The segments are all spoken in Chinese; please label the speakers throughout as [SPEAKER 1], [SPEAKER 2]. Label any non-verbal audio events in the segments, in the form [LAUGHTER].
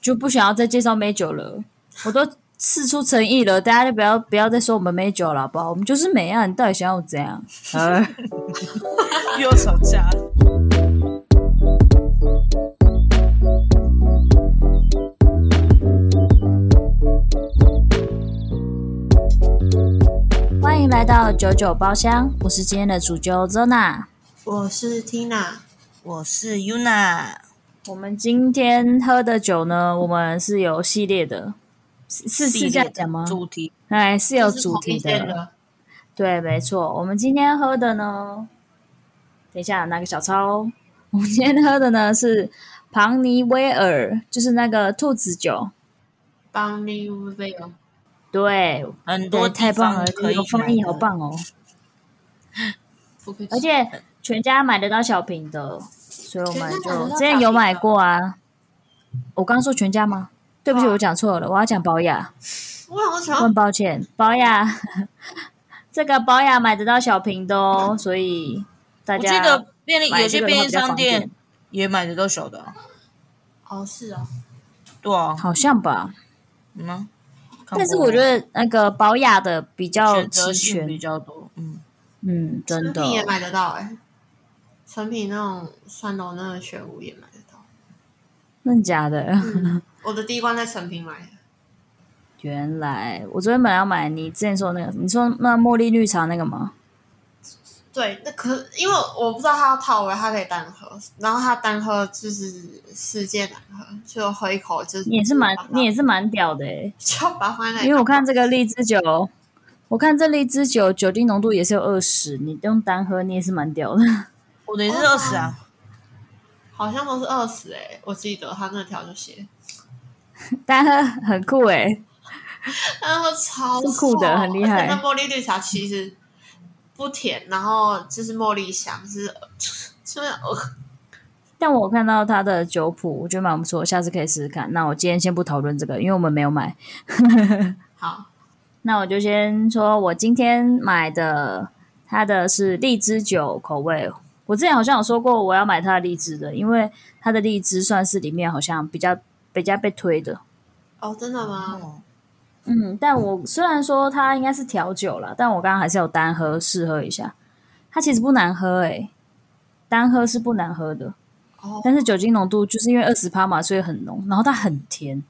[SPEAKER 1] 就不想要再介绍美酒了，我都事出诚意了，大家就不要不要再说我们美酒了，好不好？我们就是美啊，你到底想要我怎样？
[SPEAKER 2] 啊，
[SPEAKER 3] 又吵架。
[SPEAKER 1] 欢迎来到九九包厢，我是今天的主角 Zona。
[SPEAKER 3] 我是 Tina，
[SPEAKER 2] 我是 Yuna，
[SPEAKER 1] 我们今天喝的酒呢，我们是有系列的，是是是这样讲吗？
[SPEAKER 2] 主题
[SPEAKER 1] 哎，是有主
[SPEAKER 3] 这
[SPEAKER 1] 题
[SPEAKER 3] 是同一天
[SPEAKER 1] 的。
[SPEAKER 3] 的，
[SPEAKER 1] 对，没错，我们今天喝的呢，等一下拿个小抄。哦我们今天喝的呢是庞尼威尔，就是那个兔子酒。
[SPEAKER 3] 帮你喂哦。
[SPEAKER 1] 对，
[SPEAKER 2] 很
[SPEAKER 1] 对
[SPEAKER 2] 多
[SPEAKER 1] 太棒了，
[SPEAKER 2] 可以
[SPEAKER 1] 有翻译
[SPEAKER 2] 买
[SPEAKER 1] 好
[SPEAKER 2] 的，
[SPEAKER 1] 棒哦！
[SPEAKER 3] 不客气
[SPEAKER 1] 而且全家买得到小瓶的，所以我们
[SPEAKER 3] 全家买得
[SPEAKER 1] 就
[SPEAKER 3] 到
[SPEAKER 1] 之前有买
[SPEAKER 3] 小瓶的
[SPEAKER 1] 过啊。我刚说全家吗？对不起，
[SPEAKER 2] 啊
[SPEAKER 3] 哦
[SPEAKER 1] 我讲错了，我要讲保雅。
[SPEAKER 3] 我好
[SPEAKER 1] 我
[SPEAKER 3] 吵
[SPEAKER 1] 很，抱歉，宝雅， [LAUGHS] 这个宝雅买得到小瓶的哦，所以大
[SPEAKER 2] 我
[SPEAKER 1] 家
[SPEAKER 2] 记得便利
[SPEAKER 1] 买这
[SPEAKER 2] 有些
[SPEAKER 1] 个的话
[SPEAKER 2] 便利
[SPEAKER 1] 比较
[SPEAKER 2] 商
[SPEAKER 1] 方便
[SPEAKER 2] 店，也买得到小的啊，
[SPEAKER 3] 哦是哦，
[SPEAKER 2] 对啊，
[SPEAKER 1] 好像吧，
[SPEAKER 2] 嗯啊，看
[SPEAKER 1] 但是
[SPEAKER 2] 过
[SPEAKER 1] 我觉得那个宝雅的比较
[SPEAKER 2] 选
[SPEAKER 1] 齐
[SPEAKER 2] 择性比
[SPEAKER 1] 全，
[SPEAKER 2] 较啊多，嗯，
[SPEAKER 1] 嗯，真
[SPEAKER 3] 成
[SPEAKER 1] 的
[SPEAKER 3] 品，也买得到哎，成品那种三楼那个玄武也买得到。
[SPEAKER 1] 真的假的？
[SPEAKER 3] 嗯我的第一罐在成品买的，
[SPEAKER 1] [LAUGHS] 原来我昨天本来要买你之前说的那个，你说那茉莉绿茶那个吗？
[SPEAKER 3] 对，那可是因为我不知道它要套为它可以单喝，然后它单喝就是世界难喝，就喝一口就是
[SPEAKER 1] 你也是蛮
[SPEAKER 3] 把它
[SPEAKER 1] 你也是蛮屌的诶、
[SPEAKER 3] 就把它放在那里，
[SPEAKER 1] 因为我看这个荔枝酒，我看这荔枝酒酒精浓度也是有二十，你用单喝你也是蛮屌的。 [LAUGHS]
[SPEAKER 2] 我的也是二十啊，
[SPEAKER 3] 好像都是二十哎，我记得他那条就写，
[SPEAKER 1] 单喝很酷欸诶、
[SPEAKER 3] 然后超
[SPEAKER 1] 是酷的
[SPEAKER 3] 臭
[SPEAKER 1] 很厉害
[SPEAKER 3] 而且那茉莉绿茶其实不甜，然后就是茉莉香，就是就是呃
[SPEAKER 1] 但我看到它的酒谱，我觉得蛮不错，下次可以试试看。那我今天先不讨论这个，因为我们没有买。
[SPEAKER 3] 好
[SPEAKER 1] 那我就先说我今天买的，它的是荔枝酒口味。我之前好像有说过我要买它的荔枝的，因为它的荔枝算是里面好像比较比较被推的。
[SPEAKER 3] 哦，真的吗？
[SPEAKER 2] 哦
[SPEAKER 1] 嗯，但我虽然说它应该是调酒了，但我刚刚还是有单喝试喝一下。它其实不难喝诶、单喝是不难喝的，
[SPEAKER 3] 哦，
[SPEAKER 1] 但是酒精浓度就是因为二十趴嘛，所以很浓，然后它很甜。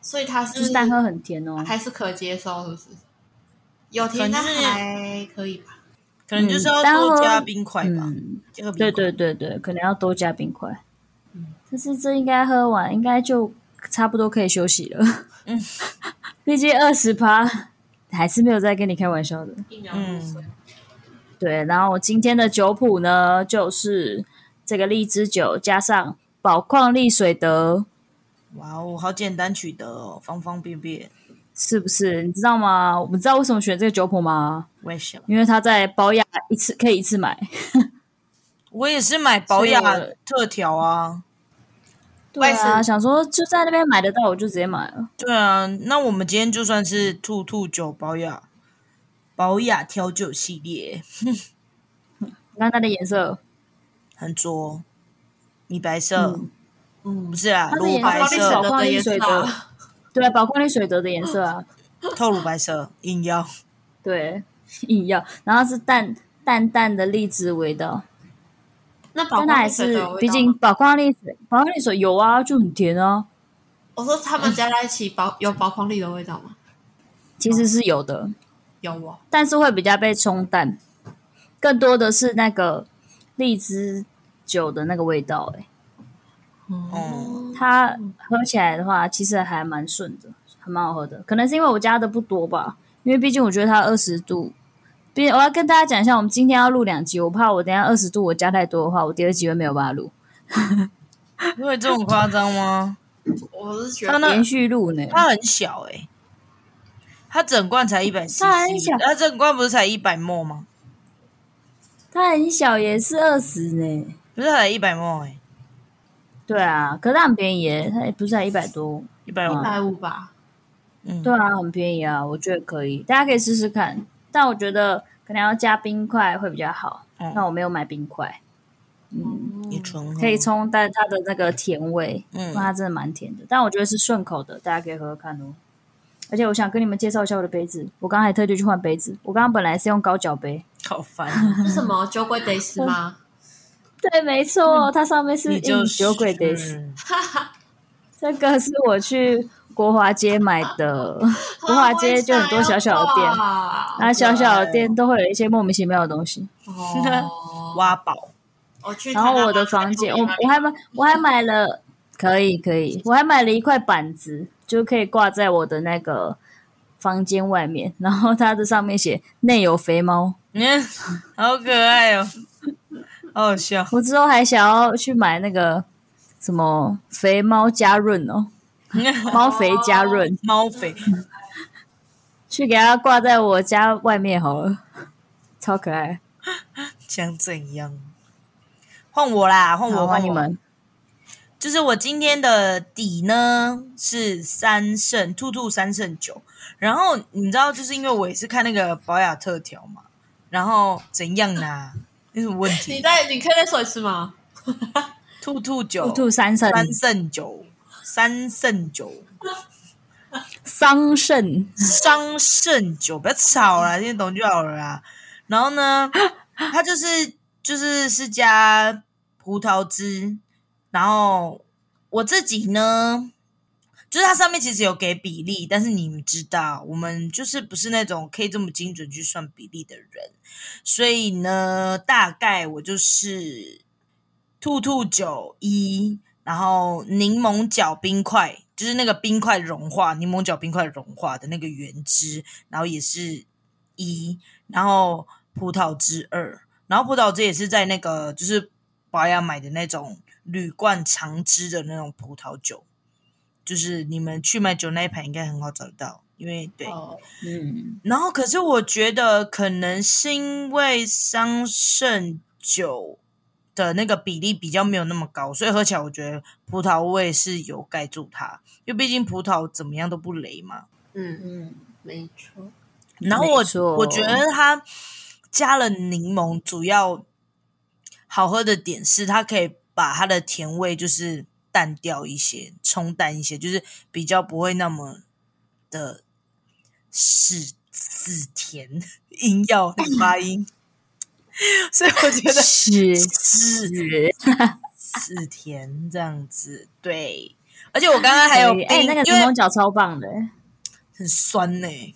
[SPEAKER 3] 所以它是
[SPEAKER 1] 就是单喝很甜哦。
[SPEAKER 3] 还是可接受，是不是？有甜
[SPEAKER 2] 可
[SPEAKER 3] 但
[SPEAKER 2] 能就是
[SPEAKER 3] 还可以吧。
[SPEAKER 2] 可能就是要
[SPEAKER 1] 嗯
[SPEAKER 2] 多
[SPEAKER 1] 但
[SPEAKER 2] 加
[SPEAKER 1] 喝
[SPEAKER 2] 冰块吧，
[SPEAKER 1] 嗯，
[SPEAKER 2] 这个冰
[SPEAKER 1] 对
[SPEAKER 2] 块
[SPEAKER 1] 对对对，可能要多加冰块。但是这应该喝完，应该就差不多可以休息了。
[SPEAKER 2] 嗯，
[SPEAKER 1] [LAUGHS] 毕竟二十趴还是没有在跟你开玩笑的。
[SPEAKER 3] 一秒
[SPEAKER 2] 嗯
[SPEAKER 3] 水
[SPEAKER 1] 对，然后我今天的酒谱呢，就是这个荔枝酒加上宝矿力水得，
[SPEAKER 2] 哇哦，好简单取得哦，方方便便，
[SPEAKER 1] 是不是？你知道吗？我们知道为什么选这个酒谱吗？
[SPEAKER 2] 我也想，
[SPEAKER 1] 因为它在保养一次可以一次买。
[SPEAKER 2] 我也是买保雅
[SPEAKER 1] 所以我
[SPEAKER 2] 特调啊，
[SPEAKER 1] 对
[SPEAKER 3] 我也
[SPEAKER 1] 啊，
[SPEAKER 3] 是
[SPEAKER 1] 想说就在那边买得到，我就直接买了。
[SPEAKER 2] 对啊，那我们今天就算是兔兔酒保雅保雅调酒系列，
[SPEAKER 1] 你看它的颜色，
[SPEAKER 2] 很浊，米白色、
[SPEAKER 1] 嗯
[SPEAKER 3] 嗯
[SPEAKER 2] 不，是啊，
[SPEAKER 1] 它的
[SPEAKER 2] 乳
[SPEAKER 1] 颜色
[SPEAKER 2] 白
[SPEAKER 3] 宝丽水
[SPEAKER 1] 宝
[SPEAKER 2] 色、
[SPEAKER 3] 的啊
[SPEAKER 1] 矿力
[SPEAKER 3] 颜色
[SPEAKER 1] 水得， [LAUGHS] 对，啊宝矿力水得的颜色啊，
[SPEAKER 3] 嗯
[SPEAKER 2] 透乳白色、
[SPEAKER 1] [LAUGHS]
[SPEAKER 2] 饮料，
[SPEAKER 1] 对，饮料，然后是淡淡淡的荔枝味道，
[SPEAKER 3] 那宝
[SPEAKER 1] 但它
[SPEAKER 3] 矿
[SPEAKER 1] 还
[SPEAKER 3] 力水
[SPEAKER 1] 是
[SPEAKER 3] 的味道吗
[SPEAKER 1] 毕竟宝矿力水，宝矿力水有啊，就很甜啊，
[SPEAKER 3] 我说他们加在一起宝有宝矿力的味道吗？
[SPEAKER 1] 其
[SPEAKER 3] 嗯
[SPEAKER 1] 实是有的，
[SPEAKER 3] 有哦，
[SPEAKER 1] 但是会比较被冲淡，更多的是那个荔枝酒的那个味道、欸，
[SPEAKER 2] 嗯
[SPEAKER 1] 它喝起来的话，其实还蛮顺的，还蛮好喝的。可能是因为我加的不多吧，因为毕竟我觉得它二十度。毕竟我要跟大家讲一下，我们今天要录两集，我怕我等一下二十度我加太多的话，我第二集会没有办法录，
[SPEAKER 2] 因为这么夸张吗？
[SPEAKER 3] 我是觉
[SPEAKER 2] 它
[SPEAKER 3] 得
[SPEAKER 2] 那
[SPEAKER 1] 连续录呢。
[SPEAKER 2] 它很小哎、它整罐才一百四
[SPEAKER 1] 它很
[SPEAKER 2] 十，
[SPEAKER 1] 小
[SPEAKER 2] 它整罐不是才一百沫吗？
[SPEAKER 1] 它很小，也是二十呢。
[SPEAKER 2] 不是才一百沫哎，
[SPEAKER 1] 对啊，可是它很便宜耶，它也不是才一百多。
[SPEAKER 2] 一百五
[SPEAKER 3] 一，百五吧，
[SPEAKER 2] 嗯，
[SPEAKER 1] 对啊，很便宜啊，我觉得可以，大家可以试试看。但我觉得可能要加冰块会比较好，
[SPEAKER 2] 嗯
[SPEAKER 1] 那我没有买冰块，嗯
[SPEAKER 2] 也
[SPEAKER 3] 哦
[SPEAKER 2] 纯哦
[SPEAKER 1] 可以冲淡它的那个甜味，
[SPEAKER 2] 嗯
[SPEAKER 1] 嗯，它真的蛮甜的，但我觉得是顺口的，大家可以喝喝看哦。而且我想跟你们介绍一下我的杯子，我刚才特地去换杯子，我刚刚本来是用高脚杯，
[SPEAKER 2] 好烦，
[SPEAKER 1] [LAUGHS]
[SPEAKER 3] 是什么酒鬼得 [LAUGHS] 死吗？
[SPEAKER 1] 对，没错，它上面嗯是
[SPEAKER 2] 你就
[SPEAKER 1] 印
[SPEAKER 2] 是
[SPEAKER 1] 酒鬼的，这个是我去国华街买 [LAUGHS] 的，国华街就很多小小的店，
[SPEAKER 3] 店。
[SPEAKER 1] 那小小的店都会有一些莫名其妙的东西。 [LAUGHS]
[SPEAKER 3] 哦，
[SPEAKER 2] 挖宝，
[SPEAKER 3] 我去台
[SPEAKER 1] 然
[SPEAKER 3] 南买
[SPEAKER 1] 后
[SPEAKER 3] 了一个
[SPEAKER 1] 我
[SPEAKER 3] 土地妈
[SPEAKER 1] 的
[SPEAKER 3] 咪，
[SPEAKER 1] 房间，我我还买我还买了，可以可以，我还买了一块板子，就可以挂在我的那个房间外面。然后它的上面写“内有肥猫
[SPEAKER 2] 嗯， [LAUGHS] 好可爱哦，好好笑”。， [LAUGHS]
[SPEAKER 1] 我之后还想要去买那个什么肥猫加润哦，猫肥
[SPEAKER 2] 哦
[SPEAKER 1] 加润，
[SPEAKER 2] 猫肥，
[SPEAKER 1] 去给它挂在我家外面好了，超可爱。
[SPEAKER 2] 想怎样？换我啦，换我，
[SPEAKER 1] 好，
[SPEAKER 2] 换
[SPEAKER 1] 换你
[SPEAKER 2] 我。
[SPEAKER 1] 们，
[SPEAKER 2] 就是我今天的底呢是三圣兔兔三圣酒，然后你知道，就是因为我也是看那个保雅特调嘛，然后怎样啊啦、
[SPEAKER 1] [LAUGHS]
[SPEAKER 2] 有什么问
[SPEAKER 3] 你
[SPEAKER 2] 题？
[SPEAKER 3] 再你可以再说一次吗？
[SPEAKER 2] 兔兔酒，
[SPEAKER 1] 兔兔三圣
[SPEAKER 2] 哦三圣酒，三圣酒，
[SPEAKER 1] 桑葚，
[SPEAKER 2] 桑葚酒，不要吵啦，听得懂就好了啦。然后呢，它就是就是是加葡萄汁，然后我自己呢，就是它上面其实有给比例，但是你们知道，我们就是不是那种可以这么精准去算比例的人，所以呢，大概我就是兔兔酒一，然后柠檬角冰块，就是那个冰块融化，柠檬角冰块融化的那个原汁，然后也是一，然后葡萄汁二，然后葡萄汁也是在那个就是保养买的那种铝罐长汁的那种葡萄酒，就是你们去买酒那一盘应该很好找得到，因为对，
[SPEAKER 3] 哦，
[SPEAKER 1] 嗯，
[SPEAKER 2] 然后，可是我觉得可能是因为桑葚酒的那个比例比较没有那么高，所以喝起来我觉得葡萄味是有盖住它，因为毕竟葡萄怎么样都不雷嘛。
[SPEAKER 3] 嗯嗯，没错。
[SPEAKER 2] 然后我
[SPEAKER 1] 没错
[SPEAKER 2] 我觉得它加了柠檬，主要好喝的点是它可以把它的甜味就是淡掉一些，冲淡一些，就是比较不会那么的死死甜，硬要那个发音。 [LAUGHS] 所以我
[SPEAKER 1] [LAUGHS]
[SPEAKER 2] 觉得
[SPEAKER 1] 是
[SPEAKER 2] [LAUGHS] 是
[SPEAKER 1] 是，
[SPEAKER 2] 死甜这样子，对。而且我刚刚还有冰，
[SPEAKER 1] 哎、那个柠
[SPEAKER 2] 因为
[SPEAKER 1] 檬角超棒的、欸
[SPEAKER 2] 很酸呢、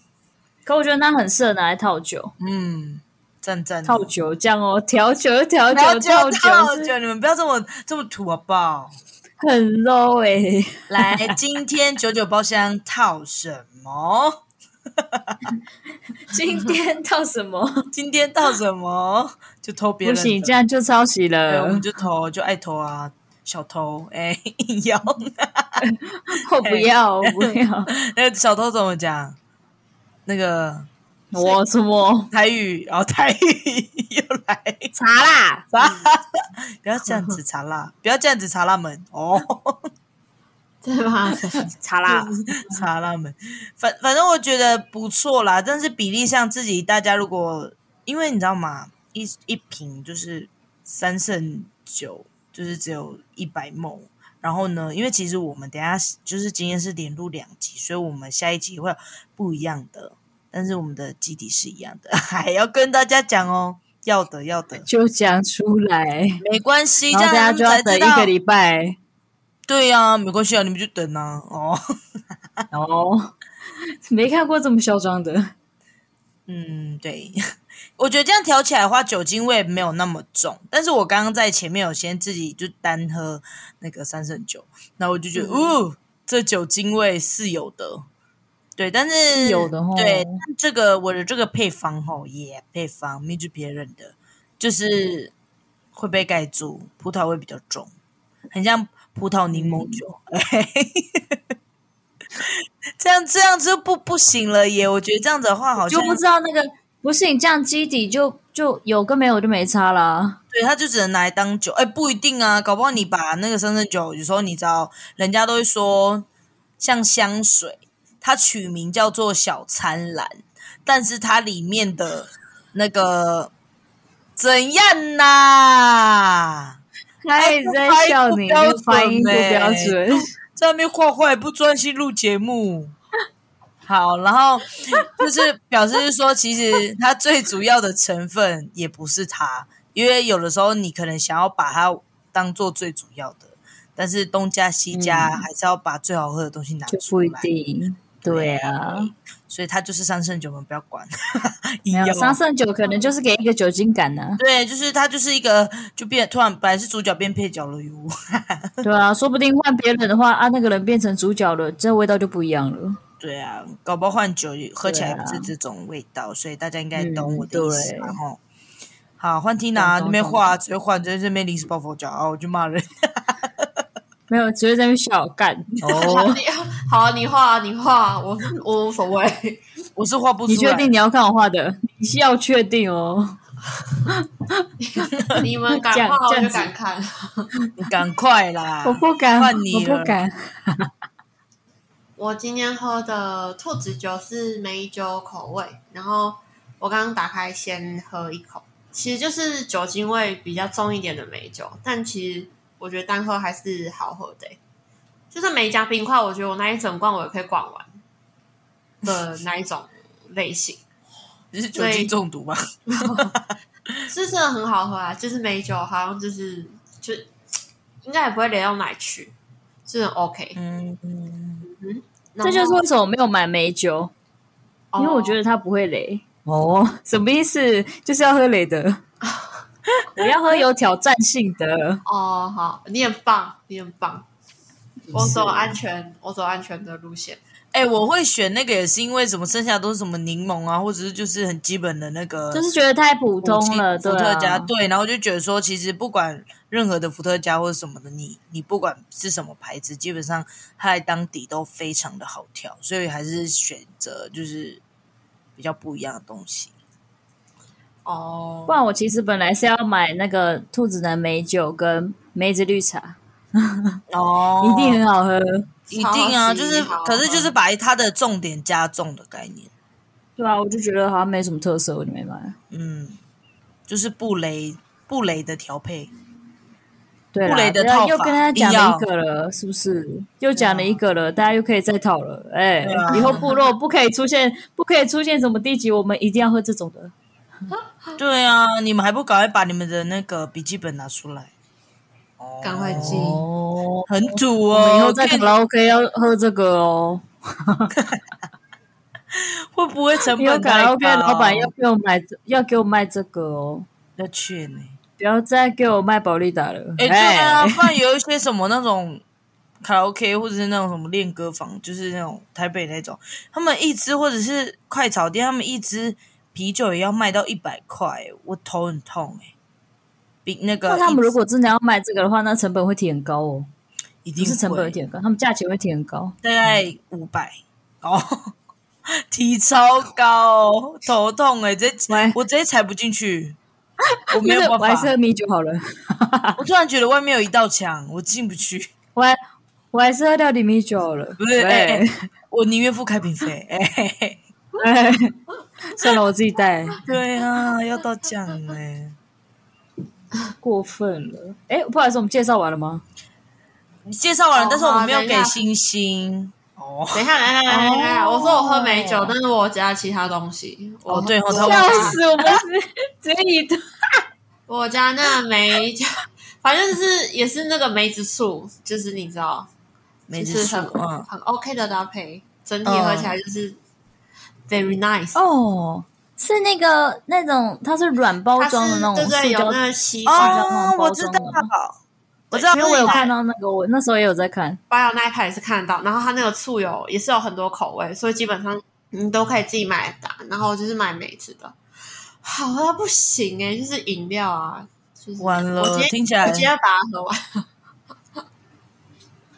[SPEAKER 1] 可我觉得那很适合拿来套酒，
[SPEAKER 2] 嗯，赞赞嗯的。
[SPEAKER 1] 套酒酱哦，调酒又调
[SPEAKER 2] 不要
[SPEAKER 1] 酒，套
[SPEAKER 2] 酒，
[SPEAKER 1] 是
[SPEAKER 2] 你们不要这么这么土好不
[SPEAKER 1] [LAUGHS]
[SPEAKER 2] 好？
[SPEAKER 1] 很 low 哎、
[SPEAKER 2] 来，今天九九包厢套什么？
[SPEAKER 1] 今天套什 [LAUGHS] 么？
[SPEAKER 2] 今天套什么？就偷别
[SPEAKER 1] 不
[SPEAKER 2] 人的。
[SPEAKER 1] 行，这样就抄袭
[SPEAKER 2] 对，我
[SPEAKER 1] 了
[SPEAKER 2] 们。就偷，就爱偷啊，小偷。哎、 [LAUGHS] 硬要
[SPEAKER 1] [LAUGHS] 我不
[SPEAKER 2] [LAUGHS]
[SPEAKER 1] 要，我不要，
[SPEAKER 2] 那个小偷怎么讲？那个
[SPEAKER 1] 我什么
[SPEAKER 2] 台语，然、后台语又来， [LAUGHS]
[SPEAKER 1] 查啦？
[SPEAKER 2] 不要这样子查啦，不要这样子查辣门哦。
[SPEAKER 3] [LAUGHS] 对 [LAUGHS] 吧？
[SPEAKER 1] 查啦？
[SPEAKER 2] 查他们，反反正我觉得不错啦，但是比例上自己大家如果，因为你知道吗，一一瓶就是三胜酒，就是只有一百梦。然后呢，因为其实我们等一下就是今天是连录两集，所以我们下一集会有不一样的，但是我们的基底是一样的， [LAUGHS] 还要跟大家讲哦，要的要的，
[SPEAKER 1] 就讲出来，
[SPEAKER 2] 没关系，
[SPEAKER 1] 然
[SPEAKER 2] 这
[SPEAKER 1] 后
[SPEAKER 2] 样
[SPEAKER 1] 大家就要
[SPEAKER 2] 才
[SPEAKER 1] 等
[SPEAKER 2] 知
[SPEAKER 1] 一个
[SPEAKER 2] 道。
[SPEAKER 1] 礼拜
[SPEAKER 2] 对呀、啊，没关系啊，你们就等啊，哦。
[SPEAKER 1] 哦。没看过这么嚣张的，
[SPEAKER 2] 嗯，对， [LAUGHS] 我觉得这样调起来的话，酒精味没有那么重。但是我刚刚在前面有先自己就单喝那个三圣酒，然后我就
[SPEAKER 1] 嗯
[SPEAKER 2] 觉得，哦，这酒精味是有的，对，但是
[SPEAKER 1] 有的哦
[SPEAKER 2] 对，但这个我的这个配方吼、也、配方没是别人的，就是会被盖住，葡萄味比较重，很像葡萄柠檬酒。
[SPEAKER 1] 嗯
[SPEAKER 2] [LAUGHS] 这样这样就不不行了耶！我觉得这样子的话，好像
[SPEAKER 1] 就不知道那个不是你这样基底就就有跟没有就没差啦。
[SPEAKER 2] 对，它就只能拿来当酒。哎，不一定啊，搞不好你把那个三圣酒，有时候你知道，人家都会说像香水，它取名叫做小苍兰，但是它里面的那个怎样啦、
[SPEAKER 1] 他一直在笑你，
[SPEAKER 2] 发
[SPEAKER 1] 就
[SPEAKER 2] 音哎不标准
[SPEAKER 1] 发音不标
[SPEAKER 2] 欸
[SPEAKER 1] 准。
[SPEAKER 2] 在那边画画也不专心录
[SPEAKER 1] [LAUGHS]
[SPEAKER 2] 节目。好，然后就是表示是说，其实它最主要的成分也不是它，因为有的时候你可能想要把它当做最主要的，但是东加西加、还是要把最好喝的东西拿
[SPEAKER 1] 嗯就
[SPEAKER 2] 出
[SPEAKER 1] 不一
[SPEAKER 2] 来，
[SPEAKER 1] 定。对啊，
[SPEAKER 2] 所以它就是三圣酒，我们不要管。 [LAUGHS] 一
[SPEAKER 1] 没有
[SPEAKER 2] 样
[SPEAKER 1] 三圣酒可能就是给一个酒精感呢、
[SPEAKER 2] 对，就是它就是一个就变突然本来是主角变配角了哟。
[SPEAKER 1] 对啊，说不定换别人的话啊，那个人变成主角了，这味道就不一样了。
[SPEAKER 2] 对啊，搞不好换酒也喝起来
[SPEAKER 1] 对啊
[SPEAKER 2] 不是这种味道，所以大家应该懂
[SPEAKER 1] 嗯
[SPEAKER 2] 我的意思
[SPEAKER 1] 对
[SPEAKER 2] 嘛吼。好，换 Tina 啊
[SPEAKER 1] 懂
[SPEAKER 2] 那边画，直接换，在这边临时抱佛脚啊，我就骂人。
[SPEAKER 1] 没有，只是在那边笑干。
[SPEAKER 3] 好，
[SPEAKER 1] 哦，
[SPEAKER 3] 你好啊，你画啊，你画啊，我我无所谓。
[SPEAKER 2] [LAUGHS]
[SPEAKER 3] [LAUGHS]
[SPEAKER 2] 我是画不
[SPEAKER 1] 你
[SPEAKER 2] 出
[SPEAKER 1] 确
[SPEAKER 2] 来，
[SPEAKER 1] 定你要看我画的？你是要确定哦。
[SPEAKER 3] 你们敢
[SPEAKER 1] 这样
[SPEAKER 3] 画，我
[SPEAKER 1] 这样
[SPEAKER 3] 就
[SPEAKER 1] 子
[SPEAKER 3] 敢看。
[SPEAKER 2] 你赶快啦！
[SPEAKER 1] 我不敢，
[SPEAKER 2] 啊换你
[SPEAKER 1] 我
[SPEAKER 2] 了
[SPEAKER 1] 不敢。
[SPEAKER 3] 我今天喝的兔子酒是梅酒口味，然后我刚刚打开先喝一口，其实就是酒精味比较重一点的梅酒，但其实我觉得单喝还是好喝的欸、就是梅加冰块，我觉得我那一整罐我也可以灌完的那一种类型，
[SPEAKER 2] 你是酒精中毒吧？
[SPEAKER 3] 是真的很好喝啊！就是梅酒好像就是就应该也不会累到哪里去，就是很 OK。
[SPEAKER 2] 嗯嗯，
[SPEAKER 1] 这就是为什么我没有买美酒，因为我觉
[SPEAKER 3] 得。
[SPEAKER 1] 得它不会雷。哦，什么意思？就是要喝雷的。我要喝有挑战性的。
[SPEAKER 3] 哦，好，你很棒，你很棒。我走安全，我走安全的路线。
[SPEAKER 2] 哎、我会选那个也是因为什么，剩下都是什么柠檬啊，或者是就是很基本的那个，
[SPEAKER 1] 就是觉得太普通了，
[SPEAKER 2] 伏
[SPEAKER 1] 对
[SPEAKER 2] 特加
[SPEAKER 1] 啊，
[SPEAKER 2] 对，然后就觉得说，其实不管任何的伏特加或者什么的，你你不管是什么牌子，基本上它在当底都非常的好调，所以还是选择就是比较不一样的东西。
[SPEAKER 3] 哦
[SPEAKER 1] 不，然我其实本来是要买那个兔子的美酒跟梅子绿茶，
[SPEAKER 2] 哦
[SPEAKER 1] 一定很好喝。
[SPEAKER 2] 一定啊，
[SPEAKER 3] 超级
[SPEAKER 2] 就是
[SPEAKER 3] 好
[SPEAKER 2] 可是
[SPEAKER 1] 嗯
[SPEAKER 2] 就是把它的重点加重的概念，
[SPEAKER 1] 对啊，我就觉得好像没什么特色，我就没买。
[SPEAKER 2] 嗯，就是布雷布雷的调配，
[SPEAKER 1] 对
[SPEAKER 2] 布
[SPEAKER 1] 啦，
[SPEAKER 2] 雷的
[SPEAKER 1] 对啊
[SPEAKER 2] 套
[SPEAKER 1] 又
[SPEAKER 2] 法
[SPEAKER 1] 跟大家
[SPEAKER 2] 一定
[SPEAKER 1] 讲了
[SPEAKER 2] 要
[SPEAKER 1] 一个了，是不是？又讲了一个了，大家又可以再讨了。哎、
[SPEAKER 2] 对啊
[SPEAKER 1] 以后部落不可以出现，不可以出现什么低级，我们一定要喝这种的。
[SPEAKER 2] 对啊，你们还不赶快把你们的那个笔记本拿出来，哦
[SPEAKER 3] 赶快记
[SPEAKER 1] 哦，
[SPEAKER 2] 很土
[SPEAKER 1] 我们
[SPEAKER 2] 哦，
[SPEAKER 1] 以后在
[SPEAKER 2] 看
[SPEAKER 1] 卡拉 OK 要喝这个哦，
[SPEAKER 2] 会不会成
[SPEAKER 1] 因为
[SPEAKER 2] 本
[SPEAKER 1] 卡
[SPEAKER 2] 太
[SPEAKER 1] 拉
[SPEAKER 2] 高？
[SPEAKER 1] OK 老板要给我买，要给我卖这个哦，
[SPEAKER 2] 要劝呢、
[SPEAKER 1] 不要再给我卖宝利达了。
[SPEAKER 2] 哎、对啊，不然有一些什么那种卡拉 OK 或者是那种什么练歌房，就是那种台北那种，他们一支或者是快炒店，他们一支啤酒也要卖到一百块，我头很痛哎、比那个
[SPEAKER 1] 那他
[SPEAKER 2] 一
[SPEAKER 1] 们如果真的要卖这个的话，那成本会提很高哦，
[SPEAKER 2] 一定
[SPEAKER 1] 不是成本
[SPEAKER 2] 会
[SPEAKER 1] 会提很高，他们价钱会提很高。
[SPEAKER 2] 大概五百哦，提超高、头痛哎、直接
[SPEAKER 1] 喂啊
[SPEAKER 2] 我直接踩不进去，我没有
[SPEAKER 1] 就是
[SPEAKER 2] 办
[SPEAKER 1] 我还是
[SPEAKER 2] 法，
[SPEAKER 1] 喝米酒好了，
[SPEAKER 2] 我突然觉得外面有一道墙，我进不去。
[SPEAKER 1] 我还我还是喝掉点米酒好了。
[SPEAKER 2] 不是，哎、
[SPEAKER 1] 哎
[SPEAKER 2] 我宁愿付开瓶费。哎、嘿嘿
[SPEAKER 1] 哎，算了，我自己带，
[SPEAKER 2] 对啊，要到这样哎、
[SPEAKER 1] 过分了。哎，不好意思，我们介绍完了吗？
[SPEAKER 2] 你介绍完了，
[SPEAKER 3] 哦
[SPEAKER 2] 但是我们没有
[SPEAKER 3] 好
[SPEAKER 2] 给
[SPEAKER 3] 等一下
[SPEAKER 2] 星星。哦，
[SPEAKER 3] 等一下，来来来来来，
[SPEAKER 1] 哦
[SPEAKER 3] 我说我喝梅酒，但是我加其他东西。我
[SPEAKER 2] 哦对哦
[SPEAKER 3] 我
[SPEAKER 2] 他忘
[SPEAKER 1] 笑
[SPEAKER 2] 记
[SPEAKER 1] 死，我们是直接一顿
[SPEAKER 3] 我加那梅酒， [LAUGHS] 反正是也是那个梅子醋，就是你知道，
[SPEAKER 2] 梅
[SPEAKER 3] 就
[SPEAKER 2] 子
[SPEAKER 3] 是
[SPEAKER 2] 树
[SPEAKER 3] 很
[SPEAKER 1] 嗯
[SPEAKER 2] 啊，
[SPEAKER 3] 很 OK 的搭配，整体喝起来就是 very nice。
[SPEAKER 1] 哦。是那个那种，它是软包
[SPEAKER 3] 它
[SPEAKER 1] 装的
[SPEAKER 3] 是
[SPEAKER 1] 那种
[SPEAKER 3] 对对，
[SPEAKER 1] 塑
[SPEAKER 3] 有
[SPEAKER 1] 胶，
[SPEAKER 3] 那个西
[SPEAKER 1] 哦
[SPEAKER 3] 瓜，
[SPEAKER 1] 那种
[SPEAKER 2] 我知道
[SPEAKER 1] 包装，
[SPEAKER 2] 我知道，
[SPEAKER 1] 因为我有
[SPEAKER 2] 那
[SPEAKER 1] 看到那个，我那时候也有在看。
[SPEAKER 3] 八瑶那一排也是看得到，然后它那个醋有也是有很多口味，所以基本上你都可以自己买来打。然后我就是买梅子的，好到不行哎、就是饮料啊，就是
[SPEAKER 2] 完了
[SPEAKER 3] 我今天
[SPEAKER 2] 听起来
[SPEAKER 3] 我今天要把它喝完， [LAUGHS]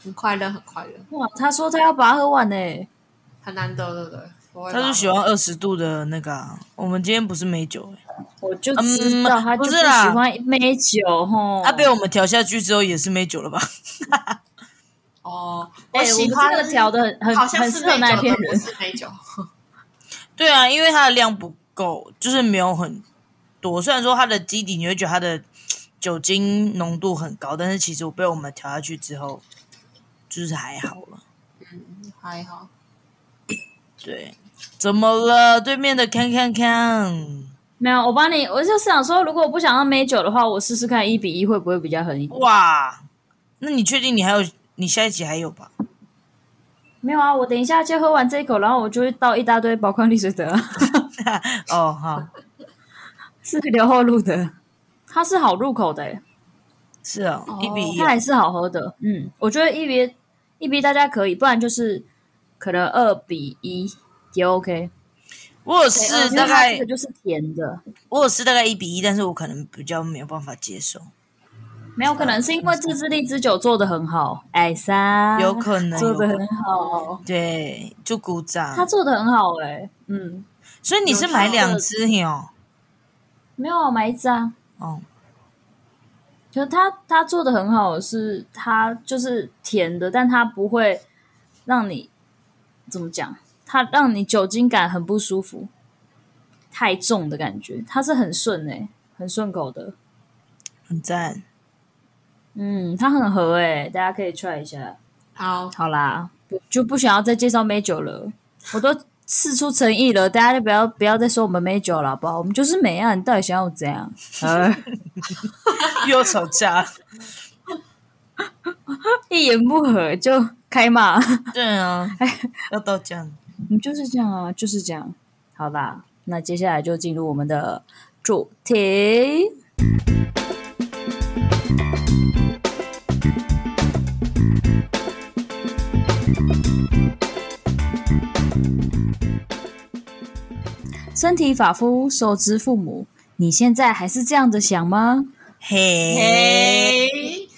[SPEAKER 3] 很快乐，很快乐，
[SPEAKER 1] 哇，他说他要把它喝完呢、
[SPEAKER 3] 很难得，对不对？我会
[SPEAKER 2] 他
[SPEAKER 3] 把它
[SPEAKER 2] 是喜
[SPEAKER 3] 喝完
[SPEAKER 2] 欢二十度的那个啊、我们今天不是美酒、欸，
[SPEAKER 1] 我就知道
[SPEAKER 2] 嗯
[SPEAKER 1] 他就
[SPEAKER 2] 不
[SPEAKER 1] 是
[SPEAKER 2] 是啦啊
[SPEAKER 1] 喜欢美酒吼。
[SPEAKER 2] 他、被我们调下去之后也是美酒了吧？ [LAUGHS]
[SPEAKER 3] 哦，
[SPEAKER 1] 哎、我
[SPEAKER 3] 喜
[SPEAKER 1] 们
[SPEAKER 3] 欢
[SPEAKER 1] 这个调的很很
[SPEAKER 3] 好像
[SPEAKER 1] 很
[SPEAKER 3] 是
[SPEAKER 1] 适
[SPEAKER 3] 美
[SPEAKER 1] 合
[SPEAKER 3] 酒，
[SPEAKER 1] 那一片
[SPEAKER 3] 但不
[SPEAKER 1] 人。
[SPEAKER 3] 是美酒。
[SPEAKER 2] 对啊，因为它的量不够，就是没有很多。虽然说它的基底你会觉得它的酒精浓度很高，但是其实我被我们调下去之后，就是还好了。
[SPEAKER 3] 还好。
[SPEAKER 2] 对，怎么了？对面的看看看，
[SPEAKER 1] 没有，我帮你，我就是想说，如果我不想要美酒的话，我试试看一比一会不会比较狠一点。
[SPEAKER 2] 哇！那你确定你还有？你下一集还有吧？ [LAUGHS]
[SPEAKER 1] 没有啊，我等一下就喝完这一口，然后我就会倒一大堆宝矿力水得，啊
[SPEAKER 2] 哦，好，
[SPEAKER 1] [LAUGHS] 是留后路的。它是好入口的、
[SPEAKER 2] 啊
[SPEAKER 1] 欸，
[SPEAKER 2] 是哦，
[SPEAKER 3] 哦
[SPEAKER 2] 一比一
[SPEAKER 1] 它还是好喝的。嗯，我觉得一比一比一大家可以，不然就是可能二比一也 OK。
[SPEAKER 2] 我有试
[SPEAKER 1] 因
[SPEAKER 2] 大
[SPEAKER 1] 为它这
[SPEAKER 2] 概
[SPEAKER 1] 个，哦就是甜的，
[SPEAKER 2] 我有试大概一比一，但是我可能比较没有办法接受，
[SPEAKER 1] 哦没有可能是因为自制荔枝酒做的很好，艾莎
[SPEAKER 2] 有可能
[SPEAKER 1] 做
[SPEAKER 2] 有
[SPEAKER 1] 的
[SPEAKER 2] 可能
[SPEAKER 1] 很好，
[SPEAKER 2] 对，就鼓
[SPEAKER 1] 他
[SPEAKER 2] 掌。
[SPEAKER 1] 做的很好哎、嗯，
[SPEAKER 2] 所以你是买两只哦？
[SPEAKER 1] 没有啊我买一支啊，
[SPEAKER 2] 哦，
[SPEAKER 1] 就他他做的很好，是他就是甜的，但他不会让你怎么讲，它让你酒精感很不舒服，太重的感觉，它是很顺哎、很顺口的，
[SPEAKER 2] 很赞。
[SPEAKER 1] 嗯，它很合哎、大家可以 try 一下。
[SPEAKER 3] 好，
[SPEAKER 1] 好啦，不就不想要再介绍美酒了，我都试出诚意了，大家就不要不要再说我们美酒了，好不好？我们就是美啊，你到底想要我怎样？
[SPEAKER 2] 又吵架，
[SPEAKER 1] [LAUGHS] 一言不合就开骂，
[SPEAKER 2] 对啊，
[SPEAKER 1] 哎
[SPEAKER 2] 要到这样。
[SPEAKER 1] 你就是这样啊，就是这样。好啦，那接下来就进入我们的主题。身体发肤受之父母，你现在还是这样的想吗？
[SPEAKER 2] 嘿，
[SPEAKER 3] 嘿，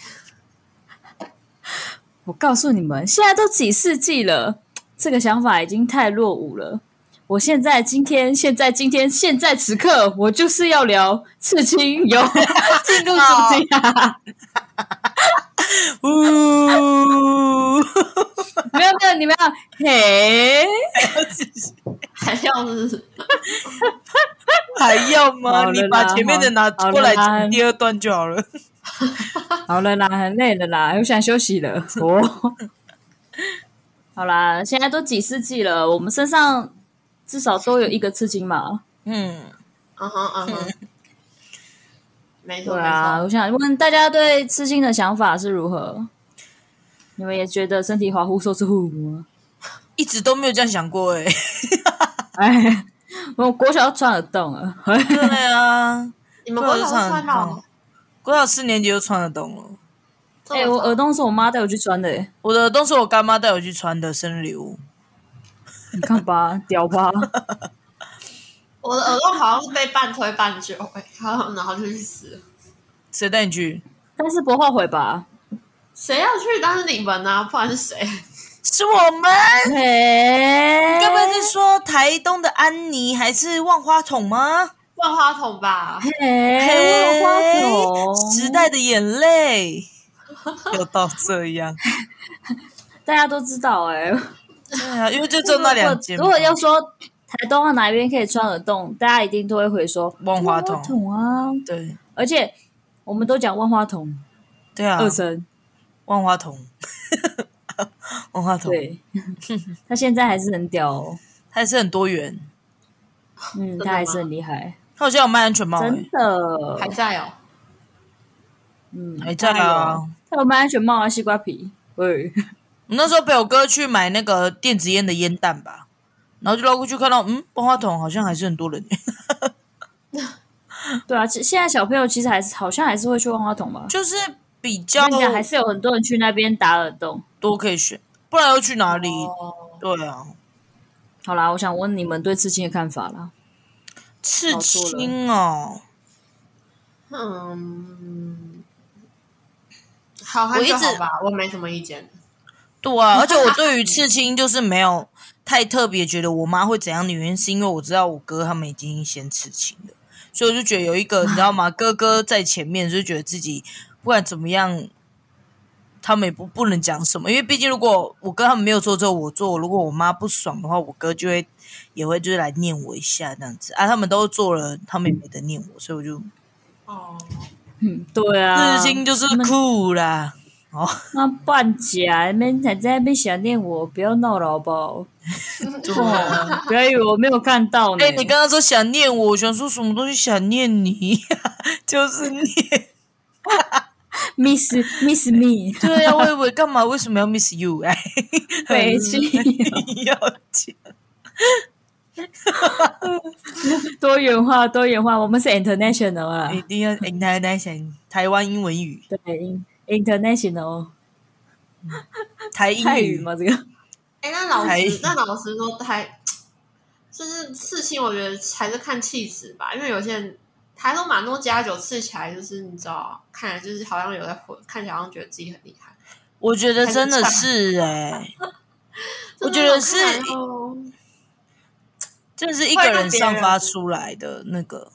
[SPEAKER 1] 我告诉你们，现在都几世纪了，这个想法已经太落伍了。我现在今天，现在今天，现在此刻，我就是要聊刺青，有进入主题啊！
[SPEAKER 2] 呜，
[SPEAKER 1] 没有没有，你们要嘿，
[SPEAKER 3] 还要是
[SPEAKER 2] 还要吗？
[SPEAKER 1] 好了啦
[SPEAKER 2] 你把前面的拿过来
[SPEAKER 1] 好了啦
[SPEAKER 2] 第二段就好了。
[SPEAKER 1] 好了啦，很累了啦，我想休息了。哦，好啦，现在都几世纪了，我们身上至少都有一个刺青嘛。
[SPEAKER 2] 嗯，
[SPEAKER 3] 嗯哼嗯哼，没错
[SPEAKER 1] 对
[SPEAKER 3] 没
[SPEAKER 1] 啊，
[SPEAKER 3] 错，
[SPEAKER 1] 我想问大家对刺青的想法是如何？你们也觉得身体滑乎受之父母吗？
[SPEAKER 2] 一直都没有这样想过哎。
[SPEAKER 1] 哎， [LAUGHS] 我国小都穿耳洞了，
[SPEAKER 2] [LAUGHS] [LAUGHS] 对啊，
[SPEAKER 3] 你们国小会穿
[SPEAKER 2] 嗯
[SPEAKER 3] 到？
[SPEAKER 2] 国小四年级就穿得懂了。
[SPEAKER 3] 这
[SPEAKER 1] 哎，我
[SPEAKER 3] 知道
[SPEAKER 1] 耳洞是我妈带我去穿的，哎
[SPEAKER 2] 我的都是我干妈带我去穿的生日礼物。
[SPEAKER 1] 你看吧， [LAUGHS] 屌吧，
[SPEAKER 3] 我的耳洞好像是被半推半就，哎，然后然后就去死了。
[SPEAKER 2] 谁带你去？
[SPEAKER 1] 但是不后悔吧？
[SPEAKER 3] 谁要去？当然是你们啊，不然是谁？
[SPEAKER 2] 是我们？
[SPEAKER 1] 欸哎，
[SPEAKER 2] 该不会是说台东的安妮还是万花筒吗？
[SPEAKER 3] 万花筒吧？
[SPEAKER 1] 哎，我有花
[SPEAKER 2] 时
[SPEAKER 1] 筒，
[SPEAKER 2] 代的眼泪，要到这样。
[SPEAKER 1] 大家都知道哎。
[SPEAKER 2] 对啊，因为就只有那两件嘛。
[SPEAKER 1] 如果要说台东啊哪一边可以穿耳洞，大家一定都会回说
[SPEAKER 2] 万花筒
[SPEAKER 1] 筒啊，
[SPEAKER 2] 对
[SPEAKER 1] 而且我们都讲万花筒
[SPEAKER 2] 对啊，
[SPEAKER 1] 二声。
[SPEAKER 2] 万花筒， [LAUGHS] 万花筒，
[SPEAKER 1] 对， [LAUGHS] 他现在还是很屌哦，
[SPEAKER 2] 它还是很多元。
[SPEAKER 1] 嗯，
[SPEAKER 3] 的
[SPEAKER 1] 他还
[SPEAKER 3] 吗
[SPEAKER 1] 是很厉害，
[SPEAKER 2] 它好像有卖安全帽、
[SPEAKER 1] 真
[SPEAKER 2] 欸，
[SPEAKER 1] 的
[SPEAKER 3] 还，在哦，
[SPEAKER 1] 嗯，
[SPEAKER 2] 还在啊。
[SPEAKER 1] 他有卖安全帽啊，西瓜皮，喂，
[SPEAKER 2] 我那时候陪我哥去买那个电子烟的烟弹吧，然后就绕过去看到，嗯，万花筒好像还是很多人、 [LAUGHS]
[SPEAKER 1] [LAUGHS] 对啊，其现在小朋友其实还是好像还是会去万花筒吧，
[SPEAKER 2] 就是比
[SPEAKER 1] 我
[SPEAKER 2] 较
[SPEAKER 1] 跟你讲，还是有很多人去那边打耳洞。
[SPEAKER 2] 多可以选，不然要去哪里？
[SPEAKER 3] 哦
[SPEAKER 2] 对啊，
[SPEAKER 1] 好啦，我想问你们对刺青的看法啦。
[SPEAKER 2] 刺
[SPEAKER 1] 搞错了
[SPEAKER 2] 青哦，
[SPEAKER 3] 嗯，好看
[SPEAKER 2] 我一
[SPEAKER 3] 就
[SPEAKER 2] 直
[SPEAKER 3] 好吧，我没什么意见。
[SPEAKER 2] 对啊，而且我
[SPEAKER 1] [LAUGHS]
[SPEAKER 2] 对于刺青就是没有太特别觉得我妈会怎样的原因，是因为我知道我哥他们已经先刺青了，所以我就觉得有一个你知道吗？哥哥在前面，就觉得自己不管怎么样，他们也不不能讲什么，因为毕竟如果我哥他们没有做之后我做，如果我妈不爽的话，我哥就会也会就是来念我一下这样子啊。他们都做了，他们也没得念我，所以我就
[SPEAKER 3] 哦，
[SPEAKER 1] 嗯，对啊，
[SPEAKER 2] 日清就是酷啦。
[SPEAKER 1] 那半假，边还在那边想念我，不要闹了好不好？哦，不要以为我没有看到呢。
[SPEAKER 2] 啊哎、你刚刚说想念我，我想说什么东西想念你， [LAUGHS] 就是念。
[SPEAKER 1] miss miss me，
[SPEAKER 2] [LAUGHS] 对呀、啊，我以为干嘛？为什么要 miss you？哎， [LAUGHS]
[SPEAKER 1] 北京
[SPEAKER 2] 要讲
[SPEAKER 1] 多元化，多元化，我们是 international 啊
[SPEAKER 2] 一，定要哎 international 台湾英文语，
[SPEAKER 1] 对，in- international
[SPEAKER 2] 台英
[SPEAKER 1] 泰
[SPEAKER 2] 语
[SPEAKER 1] 语吗？这
[SPEAKER 2] [LAUGHS]
[SPEAKER 1] 个
[SPEAKER 3] 哎，那老
[SPEAKER 2] 还
[SPEAKER 3] 师，那老师说还就是刺青，我觉得还是看气质吧，因为有些人台东马诺加酒刺起来，就是你知道，看起来就是好像有在混，看起来好像觉得自己很厉害。
[SPEAKER 2] 我觉得真的是哎、我觉得是
[SPEAKER 3] 真的看到
[SPEAKER 2] 真的是一个人散发出来的那个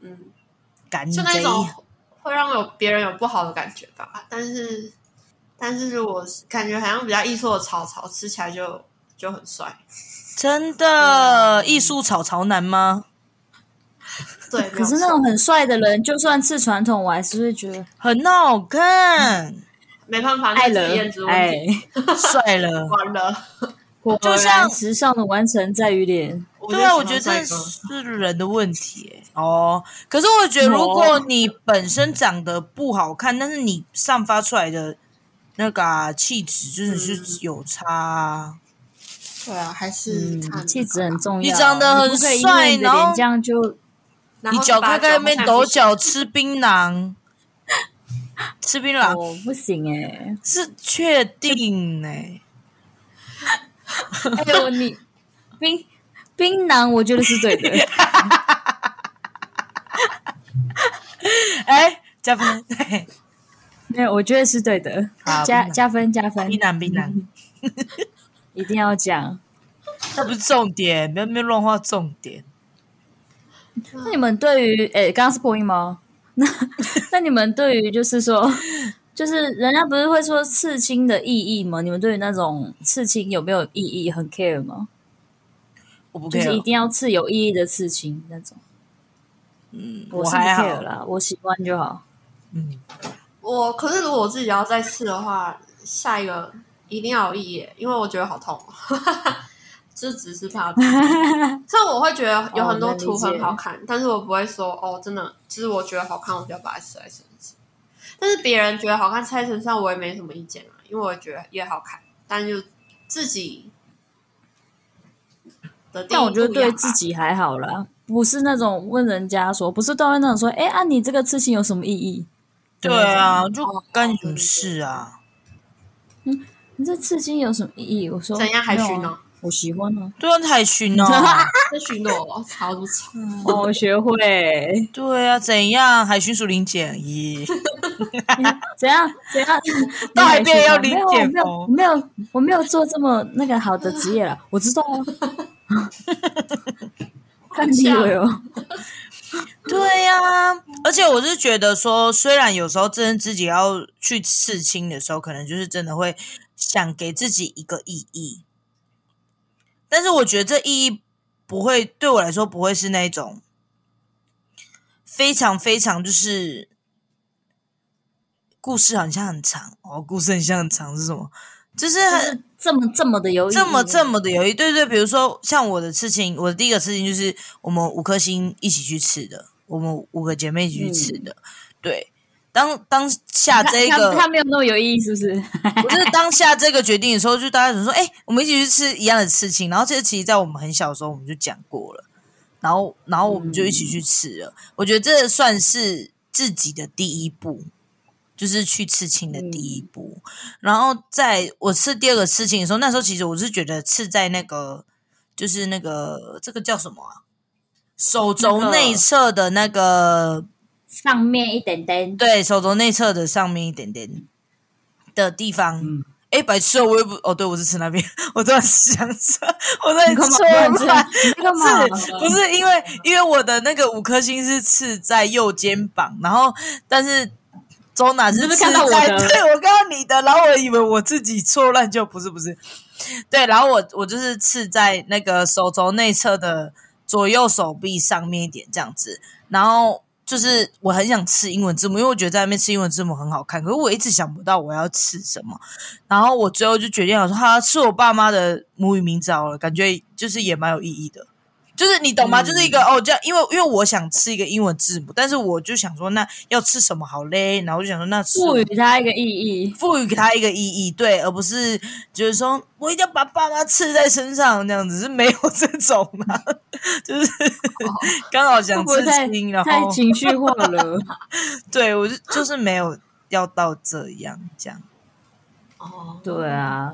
[SPEAKER 3] 嗯，
[SPEAKER 2] 感
[SPEAKER 3] 就
[SPEAKER 2] 觉。
[SPEAKER 3] 那种会让有别人有不好的感觉吧。啊但是，但是如果是感觉好像比较艺术的草草，吃起来就就很帅。
[SPEAKER 2] 真的艺术草草男吗？
[SPEAKER 3] 对，
[SPEAKER 1] 可是
[SPEAKER 3] 没有
[SPEAKER 1] 那
[SPEAKER 3] 错
[SPEAKER 1] 种很帅的人，就算是传统，我还是会觉得
[SPEAKER 2] 很好 [LAUGHS] 看，
[SPEAKER 3] 没办法，
[SPEAKER 1] 爱
[SPEAKER 3] 那
[SPEAKER 1] 了
[SPEAKER 3] 是颜值，问
[SPEAKER 1] 哎
[SPEAKER 3] 题，，
[SPEAKER 2] 帅了。
[SPEAKER 3] 完了。
[SPEAKER 1] 果
[SPEAKER 2] 就
[SPEAKER 1] 然
[SPEAKER 2] 像
[SPEAKER 1] 时尚的完成在于脸。
[SPEAKER 2] 对啊，我
[SPEAKER 3] 喜
[SPEAKER 2] 觉
[SPEAKER 3] 欢
[SPEAKER 2] 得
[SPEAKER 3] 帅
[SPEAKER 2] 这
[SPEAKER 3] 哥
[SPEAKER 2] 是人的问题欸、哦。可是我觉得，如果你本身长得不好看，但是你散发出来的那个啊气质，真的是
[SPEAKER 3] 嗯
[SPEAKER 2] 有差、啊。
[SPEAKER 3] 对啊，还是看那
[SPEAKER 2] 嗯
[SPEAKER 3] 个
[SPEAKER 1] 气质很重要，
[SPEAKER 2] 你长得很
[SPEAKER 1] 你不可以因
[SPEAKER 2] 帅
[SPEAKER 1] 为你的
[SPEAKER 2] 然后
[SPEAKER 1] 脸这样
[SPEAKER 2] [LAUGHS]
[SPEAKER 1] 就
[SPEAKER 3] 然
[SPEAKER 2] 你
[SPEAKER 3] 后
[SPEAKER 2] 脚
[SPEAKER 3] 就把
[SPEAKER 2] 开开
[SPEAKER 3] 脚
[SPEAKER 2] 那边
[SPEAKER 3] 看
[SPEAKER 2] 抖
[SPEAKER 3] 起
[SPEAKER 2] 脚吃槟榔，吃槟榔
[SPEAKER 1] 我不行哎、
[SPEAKER 2] [LAUGHS] 是确定呢、
[SPEAKER 1] 还有哎你槟槟榔，我觉得是对的。
[SPEAKER 2] [LAUGHS] 哎、加分，对，
[SPEAKER 1] 没有，我觉得是对的
[SPEAKER 2] 好，
[SPEAKER 1] 加
[SPEAKER 2] 槟榔
[SPEAKER 1] 加分加分
[SPEAKER 2] 槟，榔槟榔，
[SPEAKER 1] 一定要讲。
[SPEAKER 2] 那不是重点，不要不要乱画重点。
[SPEAKER 1] 那你们对于诶，刚刚是破音吗？那那你们对于就是说，就是人家不是会说刺青的意义吗？你们对于那种刺青有没有意义很 care 吗？
[SPEAKER 2] 我不
[SPEAKER 1] 就
[SPEAKER 2] care，、
[SPEAKER 1] 是一定要刺有意义的刺青那种，
[SPEAKER 2] 嗯，
[SPEAKER 1] 我
[SPEAKER 2] 我
[SPEAKER 1] 是不
[SPEAKER 2] 还
[SPEAKER 1] care
[SPEAKER 2] 好，
[SPEAKER 1] 啦，我喜欢就好。
[SPEAKER 2] 嗯，
[SPEAKER 3] 我可是如果我自己要再刺的话，下一个一定要有意义，因为我觉得好痛 [LAUGHS] 哦，就只是 [LAUGHS] 怕痛。这我会觉得有很多哦图很好看，但是我不会说哦，真的，就是我觉得好看，我就要把它刺在身上。但是别人觉得好看，刺在身上我也没什么意见啊，因为我觉得也好看，但就自己的定义
[SPEAKER 1] 但我觉得
[SPEAKER 3] 不一
[SPEAKER 1] 对
[SPEAKER 3] 样吧
[SPEAKER 1] 自己还好啦，不是那种问人家说，不是到那种说，哎、啊，你这个刺青有什么意义？
[SPEAKER 2] 对啊，就
[SPEAKER 3] 哦
[SPEAKER 2] 干你什么事啊？
[SPEAKER 1] 你这刺青有什么意义？我说
[SPEAKER 3] 怎样还
[SPEAKER 1] 没
[SPEAKER 3] 熏
[SPEAKER 1] 有
[SPEAKER 3] 哦
[SPEAKER 1] 啊，我喜欢啊，
[SPEAKER 2] 对啊，海巡哦，
[SPEAKER 3] 这巡逻超不吵。
[SPEAKER 1] 哦，我学会、
[SPEAKER 2] 对啊，怎样？海巡署零检一，
[SPEAKER 1] 怎样怎样？
[SPEAKER 2] [LAUGHS] 到海边也要
[SPEAKER 1] 没
[SPEAKER 2] 零
[SPEAKER 1] 有
[SPEAKER 2] 检
[SPEAKER 1] 没有
[SPEAKER 2] 哦
[SPEAKER 1] 我没有，我没有做这么那个好的职业了，我知道啊。
[SPEAKER 2] [LAUGHS]
[SPEAKER 1] 看你以为哦，
[SPEAKER 2] [LAUGHS] 对呀、而且我是觉得说，虽然有时候真的自己要去刺青的时候，可能就是真的会想给自己一个意义，但是我觉得这意义不会对我来说不会是那种非常非常就是故事好像很长哦，故事很像很长是什么？就是
[SPEAKER 1] 就
[SPEAKER 2] 很
[SPEAKER 1] 是这么这么的有意义
[SPEAKER 2] 这么这么的有一对对，比如说像我的事情，我的第一个事情就是我们五颗星一起去吃的，我们五个姐妹一起去吃的。对，当当下这
[SPEAKER 1] 他他他
[SPEAKER 2] 个
[SPEAKER 1] 没有那么有意义，是不是？
[SPEAKER 2] 不是当下这个决定的时候，就大家想说，哎、我们一起去吃一样的事情。然后这其实，在我们很小的时候，我们就讲过了。然后，然后我们就一起去吃了。我觉得这算是自己的第一步，就是去刺青的第
[SPEAKER 1] 嗯
[SPEAKER 2] 一步。然后在我刺第二个刺青的时候，那时候其实我是觉得刺在那个，就是那个这个叫什么啊？手
[SPEAKER 1] 那
[SPEAKER 2] 肘
[SPEAKER 1] 个
[SPEAKER 2] 内侧的那个，
[SPEAKER 1] 上面一点点，
[SPEAKER 2] 对，手肘内侧的上面一点点的地方。
[SPEAKER 1] 嗯
[SPEAKER 2] 哎，白痴哦，我又不哦，对我是吃那边， [LAUGHS] 我突然想说，我突然
[SPEAKER 1] 你干嘛
[SPEAKER 2] 错
[SPEAKER 1] 突然这
[SPEAKER 2] 乱
[SPEAKER 1] 样，？你干嘛？嗯
[SPEAKER 2] 是不是因为因为我的那个五颗星是刺在右肩膀，然后但是周娜是
[SPEAKER 1] 你是不是
[SPEAKER 2] 刺在
[SPEAKER 1] 看到我的
[SPEAKER 2] 对我看到你的，然后我以为我自己错乱，就不是不是，对，然后我我就是刺在那个手肘内侧的左右手臂上面一点这样子，然后就是我很想吃英文字母，因为我觉得在那边吃英文字母很好看，可是我一直想不到我要吃什么。然后我最后就决定了说，哈，吃我爸妈的母语名字好了，感觉就是也蛮有意义的。就是你懂吗？
[SPEAKER 1] 嗯
[SPEAKER 2] 就是一个哦，这样，因为因为我想吃一个英文字母，但是我就想说，那要吃什么好嘞？然后我就想说，那吃
[SPEAKER 1] 赋予它一个意义。
[SPEAKER 2] 赋予它一个意义，对，而不是就是说我一定要把爸妈刺在身上这样子，是没有这种啊，就是 [LAUGHS] 刚好想
[SPEAKER 1] 哦会
[SPEAKER 2] 刺
[SPEAKER 1] 不会太
[SPEAKER 2] 青，然
[SPEAKER 1] 太
[SPEAKER 2] 后
[SPEAKER 1] 情绪化
[SPEAKER 2] [LAUGHS]
[SPEAKER 1] 了，
[SPEAKER 2] 对我就就是没有要到这样，这样
[SPEAKER 3] 哦，
[SPEAKER 1] 对啊，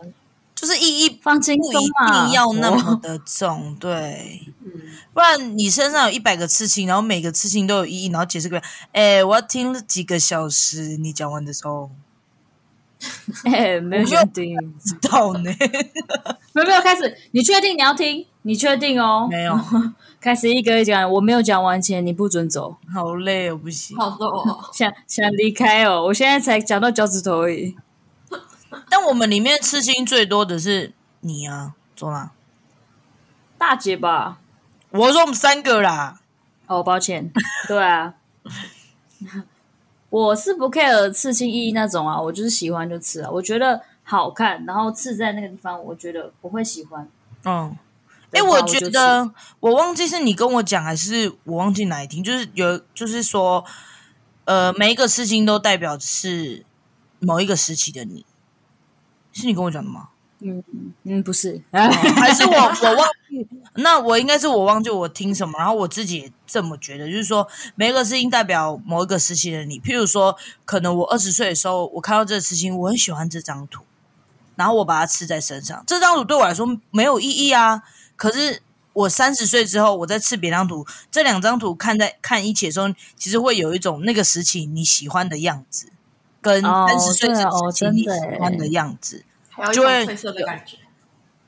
[SPEAKER 2] 就是意义
[SPEAKER 1] 放轻
[SPEAKER 2] 不一
[SPEAKER 1] 松嘛，
[SPEAKER 2] 定要那么
[SPEAKER 1] 哦
[SPEAKER 2] 的重，对。
[SPEAKER 3] 嗯，
[SPEAKER 2] 不然你身上有一百个刺青，然后每个刺青都有意义，然后解释给我，哎，我要听了几个小时，你讲完的时候，
[SPEAKER 1] [LAUGHS] 哎、没有决定，
[SPEAKER 2] 知道呢？
[SPEAKER 1] 没有没有开始，你确定你要听？你确定哦？
[SPEAKER 2] 没有，
[SPEAKER 1] 开始一个一个讲，我没有讲完前你不准走，
[SPEAKER 2] 好累，我不行。
[SPEAKER 3] 好多 [LAUGHS] 哦，
[SPEAKER 1] 想想离开哦，我现在才讲到脚趾头而已。
[SPEAKER 2] 但我们里面刺青最多的是你啊，左娜。
[SPEAKER 1] 大姐吧？
[SPEAKER 2] 我说我们三个啦，
[SPEAKER 1] 哦，抱歉，对啊，我是不 care 刺青意义那种啊，我就是喜欢就刺啊，我觉得好看，然后刺在那个地方，我觉得我会喜欢。
[SPEAKER 2] 嗯，哎、
[SPEAKER 1] 对
[SPEAKER 2] 我
[SPEAKER 1] 那我
[SPEAKER 2] 觉
[SPEAKER 1] 就
[SPEAKER 2] 得我忘记是你跟我讲，还是我忘记哪一听，就是有，就是说，呃，每一个事情都代表是某一个时期的你，是你跟我讲的吗？
[SPEAKER 1] 嗯，不是，
[SPEAKER 2] 还是我我忘记？那我应该是我忘记我听什么，然后我自己也这么觉得，就是说每一个事情代表某一个时期的你。譬如说，可能我二十岁的时候，我看到这个事情，我很喜欢这张图，然后我把它刺在身上。这张图对我来说没有意义啊，可是。我三十岁之后，我再刺别张图，这两张图看在看一起的时候，其实会有一种那个时期你喜欢的样子，跟
[SPEAKER 1] 哦
[SPEAKER 2] 三十岁
[SPEAKER 1] 对
[SPEAKER 2] 这
[SPEAKER 1] 哦
[SPEAKER 2] 个时期
[SPEAKER 1] 真
[SPEAKER 2] 你
[SPEAKER 1] 的
[SPEAKER 2] 喜欢
[SPEAKER 1] 耶
[SPEAKER 2] 的样子。
[SPEAKER 3] 还有一
[SPEAKER 2] 就
[SPEAKER 3] 种
[SPEAKER 2] 会
[SPEAKER 3] 褪色的感觉，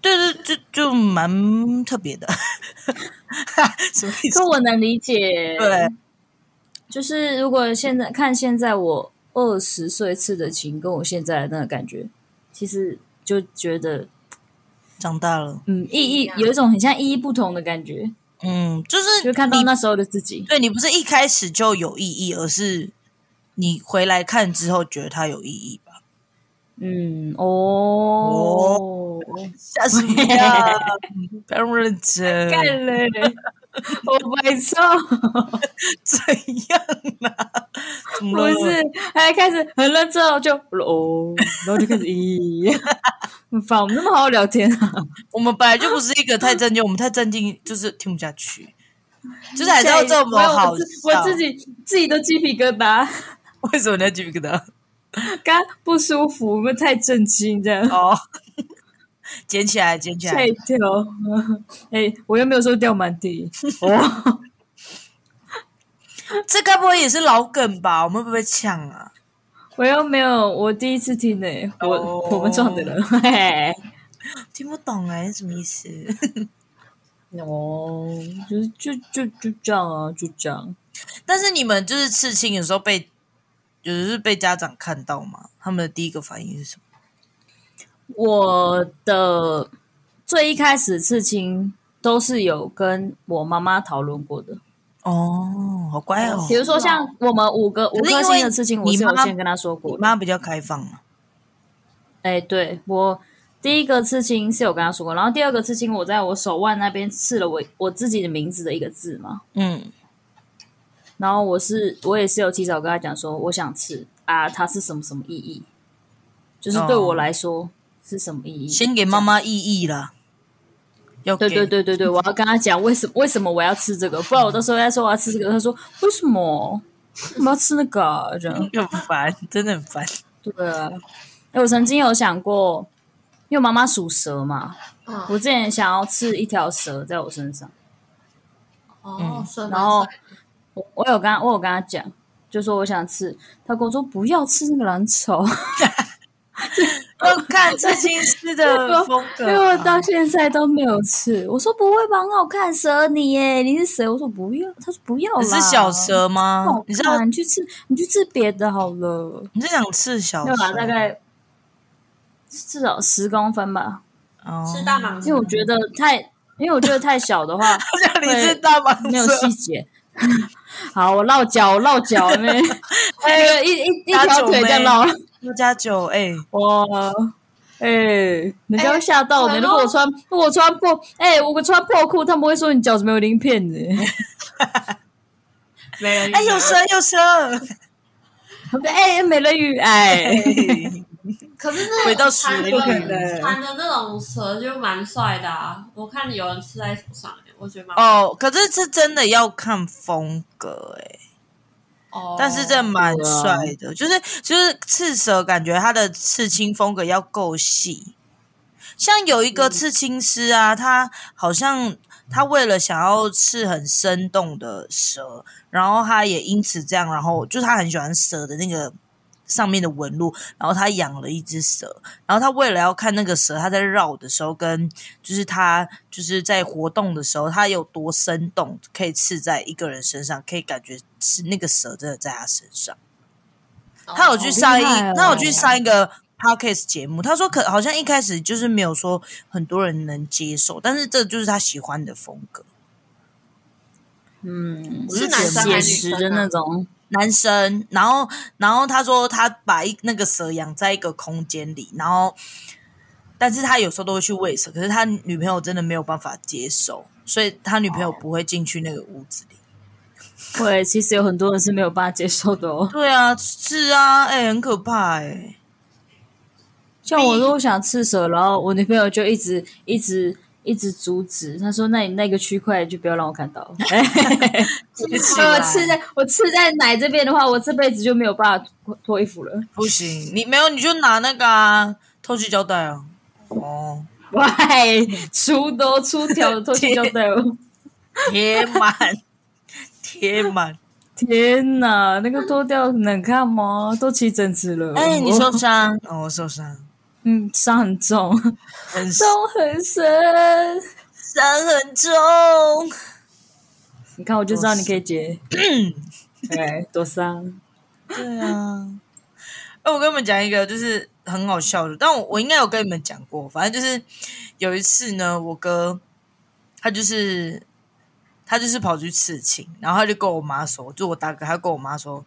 [SPEAKER 2] 对对，就就蛮特别的， [LAUGHS] 什么意
[SPEAKER 1] [LAUGHS]
[SPEAKER 2] 思
[SPEAKER 1] 可？我能理解。
[SPEAKER 2] 对，
[SPEAKER 1] 就是如果现在看现在我二十岁刺的琴，跟我现在的那个感觉，其实就觉得
[SPEAKER 2] 长大了，
[SPEAKER 1] 嗯，意
[SPEAKER 3] 一
[SPEAKER 1] 义
[SPEAKER 3] 样
[SPEAKER 1] 有一种很像意义不同的感觉，
[SPEAKER 2] 嗯，就是
[SPEAKER 1] 就看到
[SPEAKER 2] 你
[SPEAKER 1] 那时候的自己。
[SPEAKER 2] 对你不是一开始就有意义，而是你回来看之后觉得它有意义吧？
[SPEAKER 1] 嗯，哦，
[SPEAKER 2] 吓死我了！不要认真，
[SPEAKER 1] 干
[SPEAKER 2] [LAUGHS]
[SPEAKER 1] 嘞，我白痴哦，
[SPEAKER 2] 怎样啊？怎么
[SPEAKER 1] 不
[SPEAKER 2] 了？
[SPEAKER 1] 是，还开始很认真哦，就哦，然后就开始咦，很烦，我们那么好好聊天啊，
[SPEAKER 2] 我们本来就不是一个太正经，我们太正经就是听不下去，就是还是要这么
[SPEAKER 1] 我
[SPEAKER 2] 好
[SPEAKER 1] 自我自
[SPEAKER 2] 笑
[SPEAKER 1] 己自己都鸡皮疙瘩，
[SPEAKER 2] 为什么你要举个的？
[SPEAKER 1] 刚不舒服，我们太震惊这样。
[SPEAKER 2] 哦， [LAUGHS] 捡起来，捡起
[SPEAKER 1] 吓
[SPEAKER 2] 来
[SPEAKER 1] 一。跳！ [LAUGHS] 哎、我又没有说掉满地。哦，
[SPEAKER 2] 这该不会也是老梗吧？我们会不会被抢啊？
[SPEAKER 1] 我又没有，我第一次听呢、我、
[SPEAKER 2] 哦
[SPEAKER 1] 我们撞的人。嘿嘿
[SPEAKER 2] 听不懂哎、什么意思？ [LAUGHS]
[SPEAKER 1] 哦，就是就就就这样啊，就这样。
[SPEAKER 2] 但是你们就是刺青，有时候被，有时候是被家长看到嘛，他们的第一个反应是什么？
[SPEAKER 1] 我的最一开始刺青都是有跟我妈妈讨论过的，
[SPEAKER 2] 哦，好乖哦
[SPEAKER 1] 比，如说像我们五个五
[SPEAKER 2] 可是因
[SPEAKER 1] 颗
[SPEAKER 2] 为
[SPEAKER 1] 星的刺青，我
[SPEAKER 2] 你
[SPEAKER 1] 是有
[SPEAKER 2] 妈
[SPEAKER 1] 先跟她说过
[SPEAKER 2] 我
[SPEAKER 1] 的。
[SPEAKER 2] 妈比较开放啊嘛。
[SPEAKER 1] 哎、对我第一个刺青是有跟他说过，然后第二个刺青我在我手腕那边刺了我我自己的名字的一个字嘛，
[SPEAKER 2] 嗯，
[SPEAKER 1] 然后我是我也是有提早跟他讲说我想刺啊，它是什么什么意义，就是对我来说是什么意义，
[SPEAKER 2] 哦先给妈妈意义啦，要给
[SPEAKER 1] 对对对对对，我要跟他讲为什么为什么我要吃这个，不然我到时候再说我要吃这个，他说为什么为什么要吃那个啊、这
[SPEAKER 2] [LAUGHS]
[SPEAKER 1] 样？
[SPEAKER 2] 很烦，真的很烦。
[SPEAKER 1] 对啊，哎，我曾经有想过，因为我妈妈属蛇嘛，我
[SPEAKER 3] 嗯，
[SPEAKER 1] 之前想要刺一条蛇在我身上，
[SPEAKER 2] 嗯
[SPEAKER 3] 哦，是
[SPEAKER 1] 然后我我有跟他我有跟他讲，就说我想吃，他跟我说不要吃那个蓝草，
[SPEAKER 2] 要看刺青
[SPEAKER 1] [LAUGHS]
[SPEAKER 2] 师的风格
[SPEAKER 1] 因
[SPEAKER 2] 啊，
[SPEAKER 1] 为我到现在都没有吃。我说不会吧，很好看蛇你耶，你是谁？我说不要，他说不要啦，
[SPEAKER 2] 你是小，蛇吗？
[SPEAKER 1] 你
[SPEAKER 2] 你知道
[SPEAKER 1] 你去吃你去吃别的好了，
[SPEAKER 2] 你是想刺小
[SPEAKER 1] 没有啦，
[SPEAKER 2] 蛇？
[SPEAKER 1] 大概至少十公分吧，
[SPEAKER 2] 哦，
[SPEAKER 3] 吃大，蟒
[SPEAKER 2] [LAUGHS]
[SPEAKER 1] 因为我觉得太，因为我觉得太小的话
[SPEAKER 2] 你是大蟒蛇，
[SPEAKER 1] 没有细节， [LAUGHS] 好，我落脚，我落脚，
[SPEAKER 2] [LAUGHS]
[SPEAKER 1] 妹，那个一一一
[SPEAKER 2] 哎大
[SPEAKER 1] 条
[SPEAKER 2] 九
[SPEAKER 1] 腿这样
[SPEAKER 2] 妹
[SPEAKER 1] 落，
[SPEAKER 2] 要加酒，哎、
[SPEAKER 1] 哇！哎、人家
[SPEAKER 3] 哎
[SPEAKER 1] 会吓到的、
[SPEAKER 3] 可
[SPEAKER 1] 如果我
[SPEAKER 3] 能
[SPEAKER 1] 穿，如果我穿破，哎、我穿破裤，他们会说你脚怎么有鳞片
[SPEAKER 3] [LAUGHS]
[SPEAKER 1] 的？
[SPEAKER 3] 没人鱼
[SPEAKER 2] 哎、有蛇有蛇，
[SPEAKER 1] 哎、美人鱼，哎、
[SPEAKER 3] [LAUGHS] 可是那
[SPEAKER 2] 回到
[SPEAKER 3] 个
[SPEAKER 2] 水
[SPEAKER 3] 缠
[SPEAKER 2] 里
[SPEAKER 3] 的
[SPEAKER 2] 面了
[SPEAKER 3] 缠的那种蛇就蛮帅的啊！我看有人吃在手上，欸我觉得蛮
[SPEAKER 2] [LAUGHS] 哦，可是这真的要看风格、哎。
[SPEAKER 3] 哦，
[SPEAKER 2] 但是这蛮帅的，就是就是刺蛇，感觉它的刺青风格要够细。像有一个刺青师啊，他好像他为了想要刺很生动的蛇，然后他也因此这样，然后就是他很喜欢蛇的那个上面的纹路，然后他养了一只蛇，然后他为了要看那个蛇，他在绕的时候跟就是他就是在活动的时候，他有多生动，可以刺在一个人身上，可以感觉是那个蛇真的在他身上。
[SPEAKER 3] 哦
[SPEAKER 2] 他有去上一，
[SPEAKER 1] 好厉害哦
[SPEAKER 2] 他有去上一个 podcast 节目，他说可好像一开始就是没有说很多人能接受，但是这就是他喜欢的风格。
[SPEAKER 1] 嗯，
[SPEAKER 3] 是男生还是
[SPEAKER 1] 写
[SPEAKER 3] 女
[SPEAKER 1] 实
[SPEAKER 3] 生
[SPEAKER 1] 的
[SPEAKER 3] 啊
[SPEAKER 1] 那种，
[SPEAKER 2] 男生，然后然后他说他把一那个蛇养在一个空间里，然后但是他有时候都会去喂蛇，可是他女朋友真的没有办法接受，所以他女朋友
[SPEAKER 1] 哦
[SPEAKER 2] 不会进去那个屋子里。
[SPEAKER 1] 会其实有很多人是没有办法接受的哦。
[SPEAKER 2] 对啊，是啊，哎、很可怕哎、
[SPEAKER 1] 像我如果想刺蛇，然后我女朋友就一直一直一直阻止，她说：“那你那个区块就不要让我看到。
[SPEAKER 3] [LAUGHS]
[SPEAKER 2] 起
[SPEAKER 1] 所以我
[SPEAKER 2] 来
[SPEAKER 1] 刺在我刺在奶这边的话，我这辈子就没有办法脱脱衣服了。
[SPEAKER 2] 不行，你没有你就拿那个啊，透气胶带啊。哦，
[SPEAKER 1] 喂，出都出条的脱去胶带哦！
[SPEAKER 2] 贴满，贴满。
[SPEAKER 1] 天哪，那个脱掉能看吗？都起疹子了。
[SPEAKER 2] 哎、你
[SPEAKER 1] 我
[SPEAKER 2] 受伤？哦，我受伤，
[SPEAKER 1] 嗯，伤很重，
[SPEAKER 2] 很伤
[SPEAKER 1] 伤很深。
[SPEAKER 2] 很重。
[SPEAKER 1] 你看，我就知道你可以接。嗯对，多伤。
[SPEAKER 2] 对啊，哎，我跟你们讲一个，就是很好笑的，但我我应该有跟你们讲过，反正就是有一次呢，我哥他就是他就是跑去刺青，然后他就跟我妈说，就我大哥，他跟我妈说，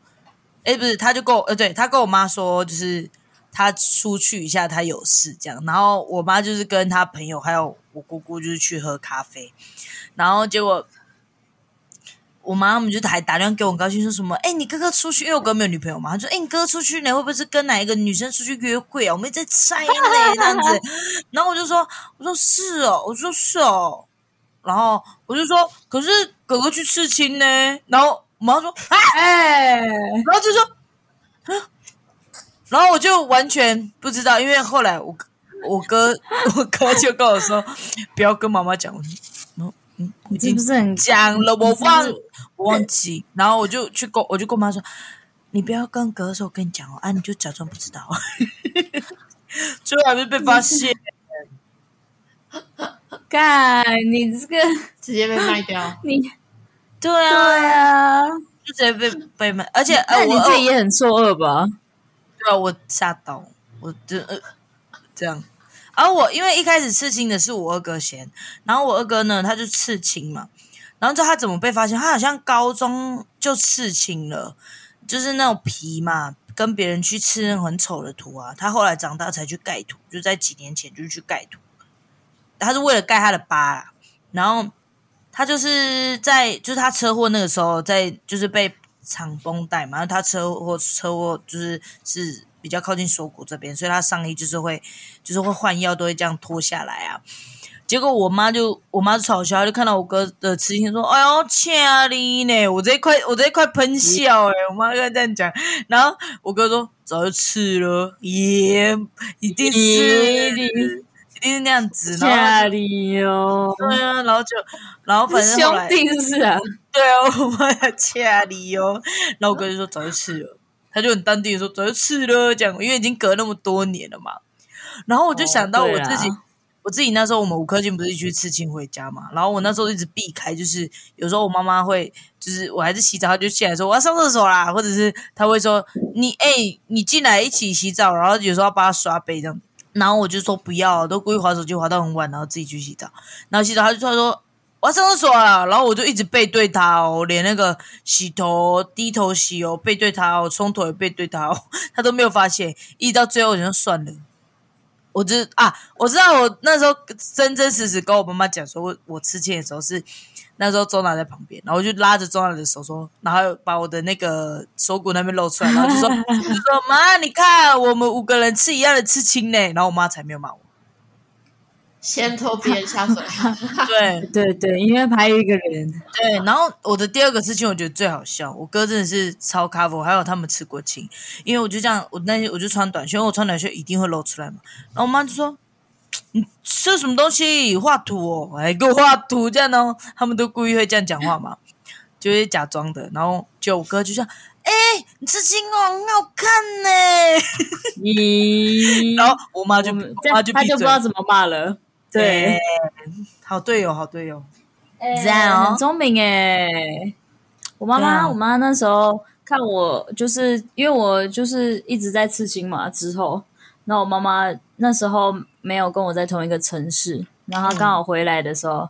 [SPEAKER 2] 哎、不是，他就跟我，呃，对他跟我妈说，就是他出去一下，他有事这样，然后我妈就是跟他朋友还有我姑姑就是去喝咖啡，然后结果我妈他们就还打电话给我，很高兴说什么：“哎、你哥哥出去，因为我哥没有女朋友嘛，他说：哎、你哥哥出去呢，会不会是跟哪一个女生出去约会啊？我们在猜呢，这样子。” [LAUGHS] 然后我就说：“我说是哦，我说是哦。”然后我就说：“可是哥哥去刺青呢。”然后我妈说：“啊，
[SPEAKER 1] 哎，
[SPEAKER 2] 然后就说，啊然后我就完全不知道，因为后来我我哥 [LAUGHS] 我哥就跟我说，不要跟妈妈讲。我说嗯嗯，我已
[SPEAKER 1] 你是
[SPEAKER 2] 经
[SPEAKER 1] 不是很
[SPEAKER 2] 讲了，我
[SPEAKER 1] 你是不
[SPEAKER 2] 忘
[SPEAKER 1] 是
[SPEAKER 2] 我忘记，然后我就去跟我就跟我妈说，你不要跟哥说，我跟你讲哦，啊，你就假装不知道。 [LAUGHS] 最后还是被发现，
[SPEAKER 1] 干？你这个，
[SPEAKER 3] 直接被卖掉
[SPEAKER 1] 你
[SPEAKER 2] 对
[SPEAKER 1] 对
[SPEAKER 2] 啊，
[SPEAKER 1] 啊，
[SPEAKER 2] 就直接被被骂，而且
[SPEAKER 1] 那
[SPEAKER 2] 呃，
[SPEAKER 1] 哎你
[SPEAKER 2] 我
[SPEAKER 1] 自己也很错愕吧？
[SPEAKER 2] 对啊，我吓到，我就呃这样。然后我因为一开始刺青的是我二哥先，然后我二哥呢他就刺青嘛，然后知道他怎么被发现，他好像高中就刺青了，就是那种皮嘛，跟别人去刺那种很丑的图啊。他后来长大才去盖图，就在几年前就去盖图，他是为了盖他的疤啦。然后他就是在就是他车祸那个时候在就是被绑绷带嘛，然后他车祸车祸就是是比较靠近锁骨这边，所以他上衣就是会就是会换药都会这样脱下来啊。结果我妈就我妈就嘲笑，她就看到我哥的刺青说：“哎呦，掐你呢！”我直接快我直接快喷笑哎、我妈就这样讲，然后我哥说：“早就刺了，耶，一定是
[SPEAKER 1] 耶
[SPEAKER 2] 一定是那样子。”然后她就
[SPEAKER 1] 家里哦，
[SPEAKER 2] 对啊，然后就，然后反正后
[SPEAKER 1] 兄
[SPEAKER 2] 来，
[SPEAKER 1] 弟是不是啊？
[SPEAKER 2] 对啊，我们要掐你哦。然后我哥就说早就吃了，他就很淡定的说早就吃了，这样，因为已经隔那么多年了嘛。然后我就想到
[SPEAKER 1] 哦对
[SPEAKER 2] 我自己，
[SPEAKER 1] 啦
[SPEAKER 2] 我自己那时候我们五颗星不是去吃青回家嘛，然后我那时候一直避开，就是有时候我妈妈会，就是我还是洗澡，她就进来说我要上厕所啦，或者是她会说你哎、你进来一起洗澡，然后有时候要帮她刷杯这样。然后我就说不要，都故意划手机划到很晚，然后自己去洗澡。然后洗澡，他就突然说：“哦，我要上厕所了，然后我就一直背对他哦，连那个洗头、低头洗哦，背对他哦，冲头也背对他哦， [LAUGHS] 他都没有发现，一直到最后我就算了。我就啊，我知道我那时候真真实实跟我妈妈讲说，我我吃青的时候是那时候周娜在旁边，然后我就拉着周娜的手说，然后把我的那个手骨那边露出来，然后就说 [LAUGHS] 就说妈，你看我们五个人吃一样的刺青呢，然后我妈才没有骂我。
[SPEAKER 3] [LAUGHS] 先拖别人下水。啊
[SPEAKER 2] [LAUGHS] 对，
[SPEAKER 1] 对对，因为还有一个人，
[SPEAKER 2] 对，然后我的第二个事情，我觉得最好笑，我哥真的是超 cover，还有他们吃国庆，因为我就这样，我那天我就穿短袖，因为我穿短袖一定会露出来嘛，然后我妈就说。你吃什么东西？画图哦，哎，给我画图这样哦。他们都故意会这样讲话嘛，就是假装的。然后就我哥就这样，哎、你吃青哦，很好看呢。
[SPEAKER 1] 咦，
[SPEAKER 2] 然后我妈就，
[SPEAKER 1] 我们
[SPEAKER 2] 我妈就
[SPEAKER 1] 他
[SPEAKER 2] 闭
[SPEAKER 1] 就不知
[SPEAKER 2] 嘴。
[SPEAKER 1] 道怎么骂了。对，，
[SPEAKER 2] 好队友，好哦队友。这样哦
[SPEAKER 1] 很聪明哎。我妈
[SPEAKER 2] 对啊
[SPEAKER 1] 妈，我妈那时候看我，就是因为我就是一直在刺青嘛，之后，然后我妈妈那时候没有跟我在同一个城市，然后她刚好回来的时候，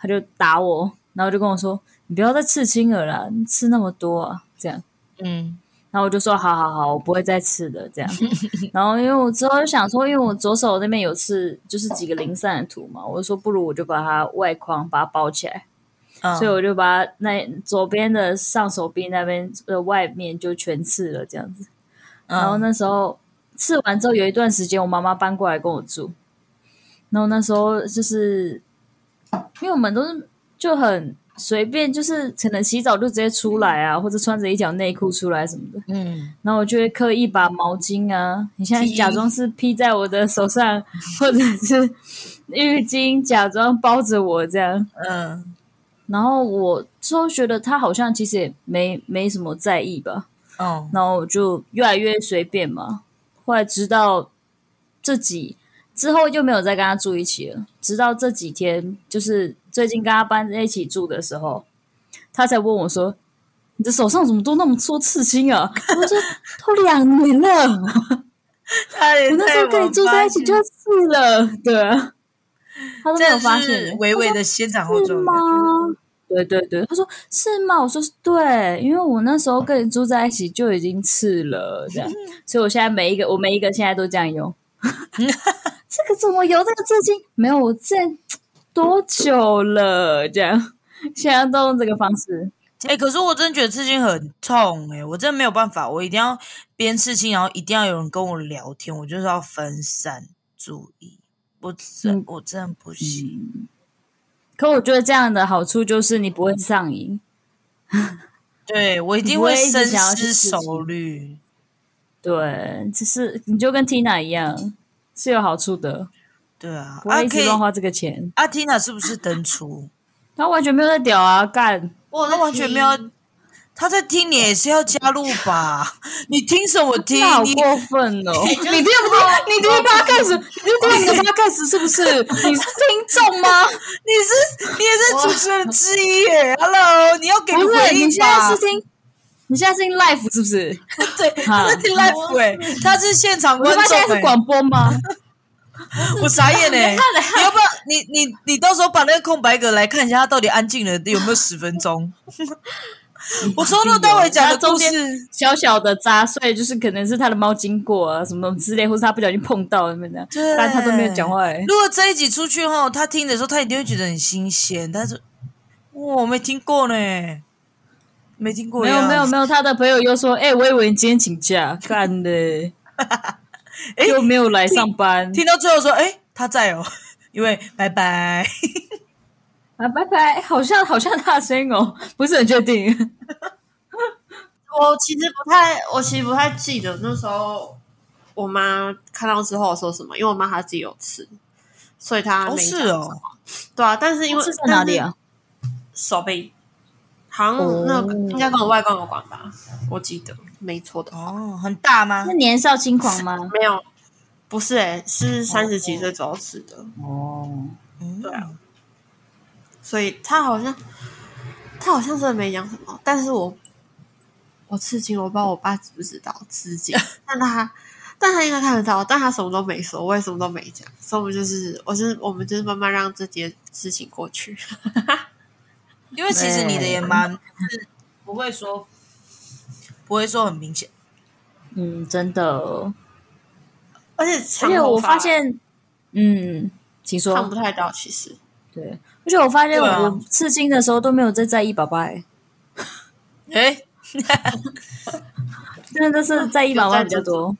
[SPEAKER 1] 她就打我，然后就跟我说：“你不要再刺青了啦，你刺那么多啊。”这样，
[SPEAKER 2] 嗯，
[SPEAKER 1] 然后我就说好好好，我不会再吃的这样。然后因为我之后就想说，因为我左手那边有刺，就是几个零散的图嘛，我就说不如我就把它外框把它包起来，
[SPEAKER 2] 嗯
[SPEAKER 1] 所以我就把它那左边的上手臂那边的外面就全刺了这样子。然后
[SPEAKER 2] 嗯
[SPEAKER 1] 那时候刺完之后有一段时间，我妈妈搬过来跟我住，然后那时候就是因为我们都是就很随便，就是可能洗澡就直接出来啊，或者穿着一条内裤出来什么的。
[SPEAKER 2] 嗯，
[SPEAKER 1] 然后我就会刻意把毛巾啊，你现在
[SPEAKER 2] 披
[SPEAKER 1] 假装是披在我的手上， [LAUGHS] 或者是浴巾假装包着我这样。
[SPEAKER 2] 嗯
[SPEAKER 1] 然后我之后觉得他好像其实也没没什么在意吧，
[SPEAKER 2] 嗯
[SPEAKER 1] 然后我就越来越随便嘛。后来直到这几之后就没有再跟他住一起了，直到这几天就是最近跟他搬在一起住的时候，他才问我说：“你的手上怎么都那么多刺青啊？” [LAUGHS] 我说：“都两年了，我
[SPEAKER 2] 他也
[SPEAKER 1] 那时候
[SPEAKER 2] 太
[SPEAKER 1] 跟你
[SPEAKER 2] 晚
[SPEAKER 1] 住在一起
[SPEAKER 2] 发
[SPEAKER 1] 就
[SPEAKER 2] 现
[SPEAKER 1] 要刺了。”对啊，他都没有
[SPEAKER 2] 这
[SPEAKER 1] 发
[SPEAKER 2] 是
[SPEAKER 1] 现，
[SPEAKER 2] 微微的先斩后
[SPEAKER 1] 是
[SPEAKER 2] 奏的
[SPEAKER 1] 吗？对对对，他说是吗？我说是对，因为我那时候跟你住在一起就已经刺了，这样，
[SPEAKER 2] 嗯
[SPEAKER 1] 所以我现在每一个我每一个现在都这样用。
[SPEAKER 2] 嗯
[SPEAKER 1] [LAUGHS] 这个怎么有？这个至今没有，我这多久了？这样，现在都用这个方式。
[SPEAKER 2] 哎、可是我真觉得刺青很痛哎、我真的没有办法，我一定要边刺青，然后一定要有人跟我聊天，我就是要分散注意。我真、
[SPEAKER 1] 嗯
[SPEAKER 2] 我真的不行，
[SPEAKER 1] 可我觉得这样的好处就是你不会上瘾，
[SPEAKER 2] 对我一定
[SPEAKER 1] 不会一直
[SPEAKER 2] 深
[SPEAKER 1] 想要去
[SPEAKER 2] 思
[SPEAKER 1] 刺
[SPEAKER 2] 熟
[SPEAKER 1] 青
[SPEAKER 2] 虑。
[SPEAKER 1] 对，只是你就跟 Tina 一样是有好处的，
[SPEAKER 2] 对啊，
[SPEAKER 1] 不
[SPEAKER 2] 啊
[SPEAKER 1] 会一
[SPEAKER 2] 可
[SPEAKER 1] 直
[SPEAKER 2] 以，
[SPEAKER 1] 乱花这个钱。
[SPEAKER 2] 阿缇娜是不是登出？
[SPEAKER 1] 他完全没有在屌啊，干。
[SPEAKER 3] 我有
[SPEAKER 2] 他
[SPEAKER 3] 在
[SPEAKER 2] 完全
[SPEAKER 3] 听
[SPEAKER 2] 没有，她在听你也是要加入吧？你听什么听？
[SPEAKER 1] 那好
[SPEAKER 2] 你
[SPEAKER 1] 过分哦！你
[SPEAKER 3] 就是
[SPEAKER 1] 听不听？你听 podcast？你听你的 podcast 是不是？你是听众吗？
[SPEAKER 2] 你是你也是主持人之一耶！Hello，你要给个
[SPEAKER 1] 不
[SPEAKER 2] 回
[SPEAKER 1] 是，
[SPEAKER 2] 应
[SPEAKER 1] 你现在
[SPEAKER 2] 吧
[SPEAKER 1] 是听，你现在是听 live 是不是？
[SPEAKER 2] 对，他
[SPEAKER 1] 哈
[SPEAKER 2] 在 [LAUGHS] 听
[SPEAKER 3] 哦
[SPEAKER 2] live 哎、他是现场
[SPEAKER 1] 啊我
[SPEAKER 2] 观
[SPEAKER 1] 他妈
[SPEAKER 2] 众、
[SPEAKER 1] 现在是
[SPEAKER 2] 欸，
[SPEAKER 1] 广播吗？
[SPEAKER 2] 我傻眼
[SPEAKER 1] [LAUGHS]
[SPEAKER 2] 哎、你要不要你你你到时候把那个空白格来看一下，他到底安静了有没有十分钟？
[SPEAKER 1] [LAUGHS]
[SPEAKER 2] 我从头到尾讲的
[SPEAKER 1] 他中
[SPEAKER 2] 故事
[SPEAKER 1] 间，小小的杂碎，就是可能是他的猫经过啊，什么之类，或是他不小心碰到什么的，
[SPEAKER 2] 对
[SPEAKER 1] 但他都没有讲话哎、
[SPEAKER 2] 如果这一集出去后，他听的时候，他一定会觉得很新鲜。但是，哇，我没听过呢，没听过
[SPEAKER 1] 没
[SPEAKER 2] 呀，
[SPEAKER 1] 有没有没有，他的朋友又说：“哎、我以为你今天请假，干的、
[SPEAKER 2] 哎
[SPEAKER 1] 又没有来上班。
[SPEAKER 2] 听到最后说，哎、他在哦，因为拜拜。
[SPEAKER 1] 啊，拜拜！好像好像他的声音哦，不是很确定。
[SPEAKER 3] 我其实不太，我其实不太记得那时候我妈看到之后说什么，因为我妈她自己有吃，所以她
[SPEAKER 2] 哦，
[SPEAKER 3] 没
[SPEAKER 2] 是
[SPEAKER 3] 讲
[SPEAKER 2] 哦，
[SPEAKER 3] 对啊，但是因为
[SPEAKER 1] 是在哪里？啊？
[SPEAKER 3] 但是手背，好像那个
[SPEAKER 1] 哦
[SPEAKER 3] 应该跟我外公有关吧，我记得没错的话，
[SPEAKER 2] 哦，很大吗？
[SPEAKER 1] 是年少轻狂吗？
[SPEAKER 3] 没有，不是哎、是三十几岁之后吃的，
[SPEAKER 1] 哦，
[SPEAKER 2] 嗯
[SPEAKER 3] 对啊所以她好像她好像真的没讲什么， [LAUGHS] 但是我我刺青，我不知道我爸知不知道刺青，但他但他应该看得到，但他什么都没说，我也什么都没讲，所以我们就是，我是我们就是慢慢让这件事情过去。 [LAUGHS]
[SPEAKER 2] 因为其实你的也蛮就是不会说不会说很明显，
[SPEAKER 1] 嗯，真的。
[SPEAKER 3] 而且
[SPEAKER 1] 而
[SPEAKER 3] 长
[SPEAKER 1] 且
[SPEAKER 3] 头
[SPEAKER 1] 我
[SPEAKER 3] 发
[SPEAKER 1] 发现，嗯，请
[SPEAKER 3] 看
[SPEAKER 1] 说
[SPEAKER 3] 不。太到，其实
[SPEAKER 1] 对，而且我发现
[SPEAKER 2] 对啊
[SPEAKER 1] 我刺青的时候都没有在在意宝宝、欸，嗯
[SPEAKER 2] 诶，
[SPEAKER 1] 真的就是在意宝宝比较多。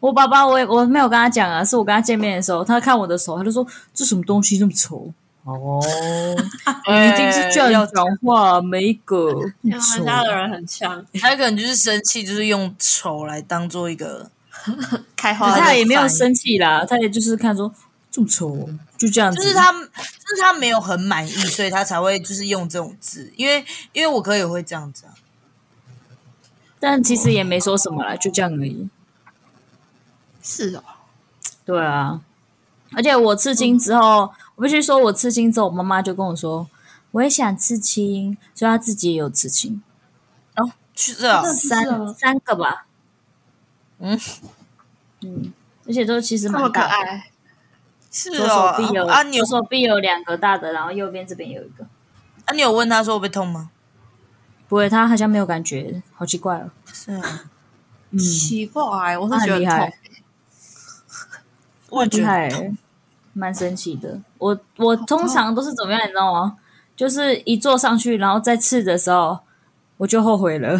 [SPEAKER 1] 我爸爸，我也我没有跟他讲啊，是我跟他见面的时候，他看我的手，他就说这什么东西这么丑。
[SPEAKER 2] [LAUGHS]
[SPEAKER 1] 哦，你一定是这样讲话，没个
[SPEAKER 3] 因为他
[SPEAKER 1] 丑
[SPEAKER 3] 们。家的人很强，
[SPEAKER 2] 他可能就是生气，就是用丑来当做一个
[SPEAKER 3] 开花
[SPEAKER 1] 他
[SPEAKER 3] 的
[SPEAKER 1] 也没有
[SPEAKER 2] 反应
[SPEAKER 1] 生气啦，他也就是看说这么丑，就这样子。
[SPEAKER 2] 就是他，就是他没有很满意，所以他才会就是用这种字，因为因为我哥也会这样子啊，
[SPEAKER 1] 但其实也没说什么啦，就这样而已。
[SPEAKER 3] 是哦，
[SPEAKER 1] 对啊，而且我刺青之后，我必须说，我刺青之后，我妈妈就跟我说，我也想刺青，所以她自己也有刺青，哦
[SPEAKER 2] 去这啊
[SPEAKER 3] 真的是
[SPEAKER 1] 三
[SPEAKER 3] 哦
[SPEAKER 1] 三个吧。
[SPEAKER 2] 嗯
[SPEAKER 1] 嗯，而且都其实
[SPEAKER 3] 这
[SPEAKER 1] 蛮
[SPEAKER 3] 么可
[SPEAKER 1] 大的，
[SPEAKER 3] 爱，
[SPEAKER 2] 是
[SPEAKER 1] 左
[SPEAKER 2] 哦
[SPEAKER 1] 手臂有
[SPEAKER 2] 啊，你有
[SPEAKER 1] 左手臂有两个大的，然后右边这边有一个。
[SPEAKER 2] 啊，你有问他说会不会痛吗？
[SPEAKER 1] 不会，她好像没有感觉，好奇怪哦。
[SPEAKER 2] 是啊，
[SPEAKER 1] 嗯，
[SPEAKER 3] 奇怪，我
[SPEAKER 1] 她
[SPEAKER 3] 是觉
[SPEAKER 1] 很
[SPEAKER 3] 得
[SPEAKER 1] 厉
[SPEAKER 3] 很
[SPEAKER 1] 害
[SPEAKER 3] 痛。，
[SPEAKER 2] 我也觉
[SPEAKER 1] 厉
[SPEAKER 2] 得
[SPEAKER 1] 害，欸蛮神奇的。我我通常都是怎么样，你知道吗？就是一坐上去，然后再刺的时候，我就后悔了，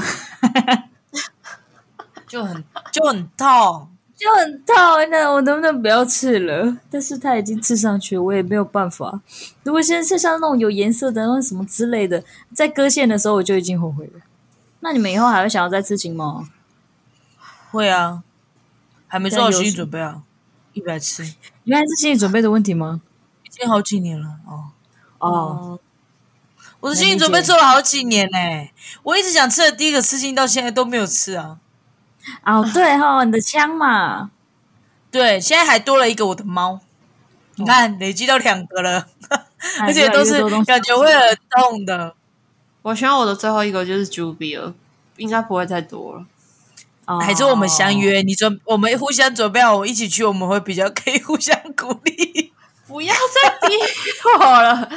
[SPEAKER 2] 就很就很痛，
[SPEAKER 1] 就很痛。那我能不能不要刺了？但是它已经刺上去，我也没有办法。如果现在像那种有颜色的，那什么之类的，在割线的时候我就已经后悔了。那你们以后还会想要再刺青吗？
[SPEAKER 2] 会啊，还没做
[SPEAKER 1] 但
[SPEAKER 2] 好
[SPEAKER 1] 有
[SPEAKER 2] 心理
[SPEAKER 1] 时
[SPEAKER 2] 准备啊，一百次，已
[SPEAKER 1] 原来是心理准备的问题吗？
[SPEAKER 2] 经好几年了哦。
[SPEAKER 1] 哦，
[SPEAKER 2] 我的心理准
[SPEAKER 1] 能
[SPEAKER 2] 备
[SPEAKER 1] 理解
[SPEAKER 2] 做了好几年呢、我一直想吃的第一个刺青到现在都没有吃啊。
[SPEAKER 1] 哦，对哈、你的枪嘛，
[SPEAKER 2] 对，现在还多了一个我的猫，你看累积到两个了，
[SPEAKER 1] 哦哎
[SPEAKER 2] 而且都
[SPEAKER 1] 越来
[SPEAKER 2] 是
[SPEAKER 1] 越多东西哦
[SPEAKER 2] 感觉会很痛的。
[SPEAKER 3] 我希望我的最后一个就是 Juby 了，应该不会再多了。
[SPEAKER 1] [LAUGHS] 哦
[SPEAKER 2] 还是我们相约，你准我们互相准备好，我一起去，我们会比较可以互相鼓
[SPEAKER 1] [LAUGHS]
[SPEAKER 2] 励。
[SPEAKER 3] 不要再逼我了，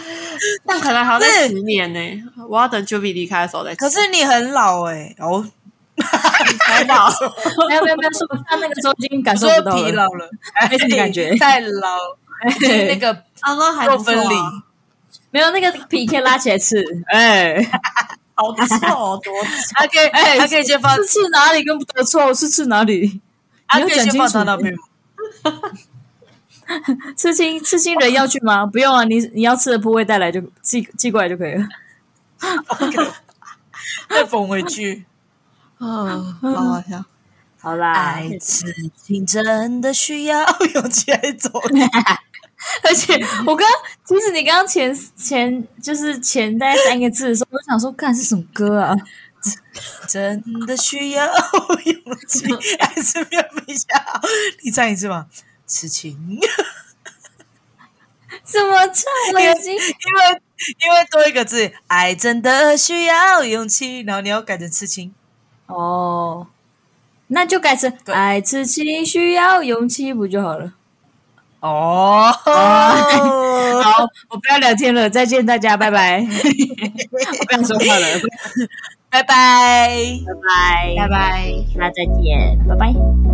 [SPEAKER 3] 但可能还要再十年呢、我要等 Juby 离开的时候再吃。
[SPEAKER 2] 可是你很老哎、哦，
[SPEAKER 3] 还啊好，
[SPEAKER 1] 没有没有没有，说他那个时候已经感受
[SPEAKER 2] 说
[SPEAKER 1] 不到
[SPEAKER 2] 疲
[SPEAKER 1] 了，
[SPEAKER 2] 劳了，哎
[SPEAKER 1] 没什么感觉哎
[SPEAKER 2] 太老，那个
[SPEAKER 3] 啊，那 [LAUGHS] 还
[SPEAKER 2] 肉
[SPEAKER 3] 不错、
[SPEAKER 2] 分离，
[SPEAKER 3] 啊，
[SPEAKER 1] 没有那个皮可以拉起来吃， [LAUGHS] 哎、
[SPEAKER 3] 好臭、哦，多臭
[SPEAKER 2] 还可以，
[SPEAKER 1] [LAUGHS] 哎
[SPEAKER 2] 还可以先放，
[SPEAKER 1] 是吃哪里跟不得错，是吃哪里？[LAUGHS]
[SPEAKER 2] 还
[SPEAKER 1] 你要
[SPEAKER 2] 可以
[SPEAKER 1] 讲
[SPEAKER 2] 先
[SPEAKER 1] 清
[SPEAKER 2] 放
[SPEAKER 1] 楚
[SPEAKER 2] 他那边吗。
[SPEAKER 1] 刺青刺青人要去吗？ [LAUGHS] 不用啊，你你要吃的部位带来就寄寄过来就可以了。
[SPEAKER 2] 再缝回去。
[SPEAKER 3] [LAUGHS] 嗯，好好笑。
[SPEAKER 1] [LAUGHS] 好啦，
[SPEAKER 2] 爱刺青真的需要 [LAUGHS] 勇气来走路。
[SPEAKER 1] 而且我刚其实你刚刚前前就是前大概三个字的时候，我就想说，看是什么歌 [LAUGHS] 啊？
[SPEAKER 2] 真的需要勇气，还是没有比较好？你唱一次吧，痴情， [LAUGHS] 因
[SPEAKER 1] 怎么唱了已经？
[SPEAKER 2] 为因为多一个字，爱真的需要勇气，然后你要改成痴情，
[SPEAKER 1] [LAUGHS] 哦，那就改成
[SPEAKER 2] 对
[SPEAKER 1] 爱刺青需要勇气不就好 [LAUGHS] 了？
[SPEAKER 2] 哦，
[SPEAKER 1] 好，我不要聊天了，再见大家，拜拜。我不想说话了，
[SPEAKER 2] 拜拜。
[SPEAKER 1] 拜拜，
[SPEAKER 3] 拜拜。
[SPEAKER 1] [LAUGHS] 大家再见，拜拜。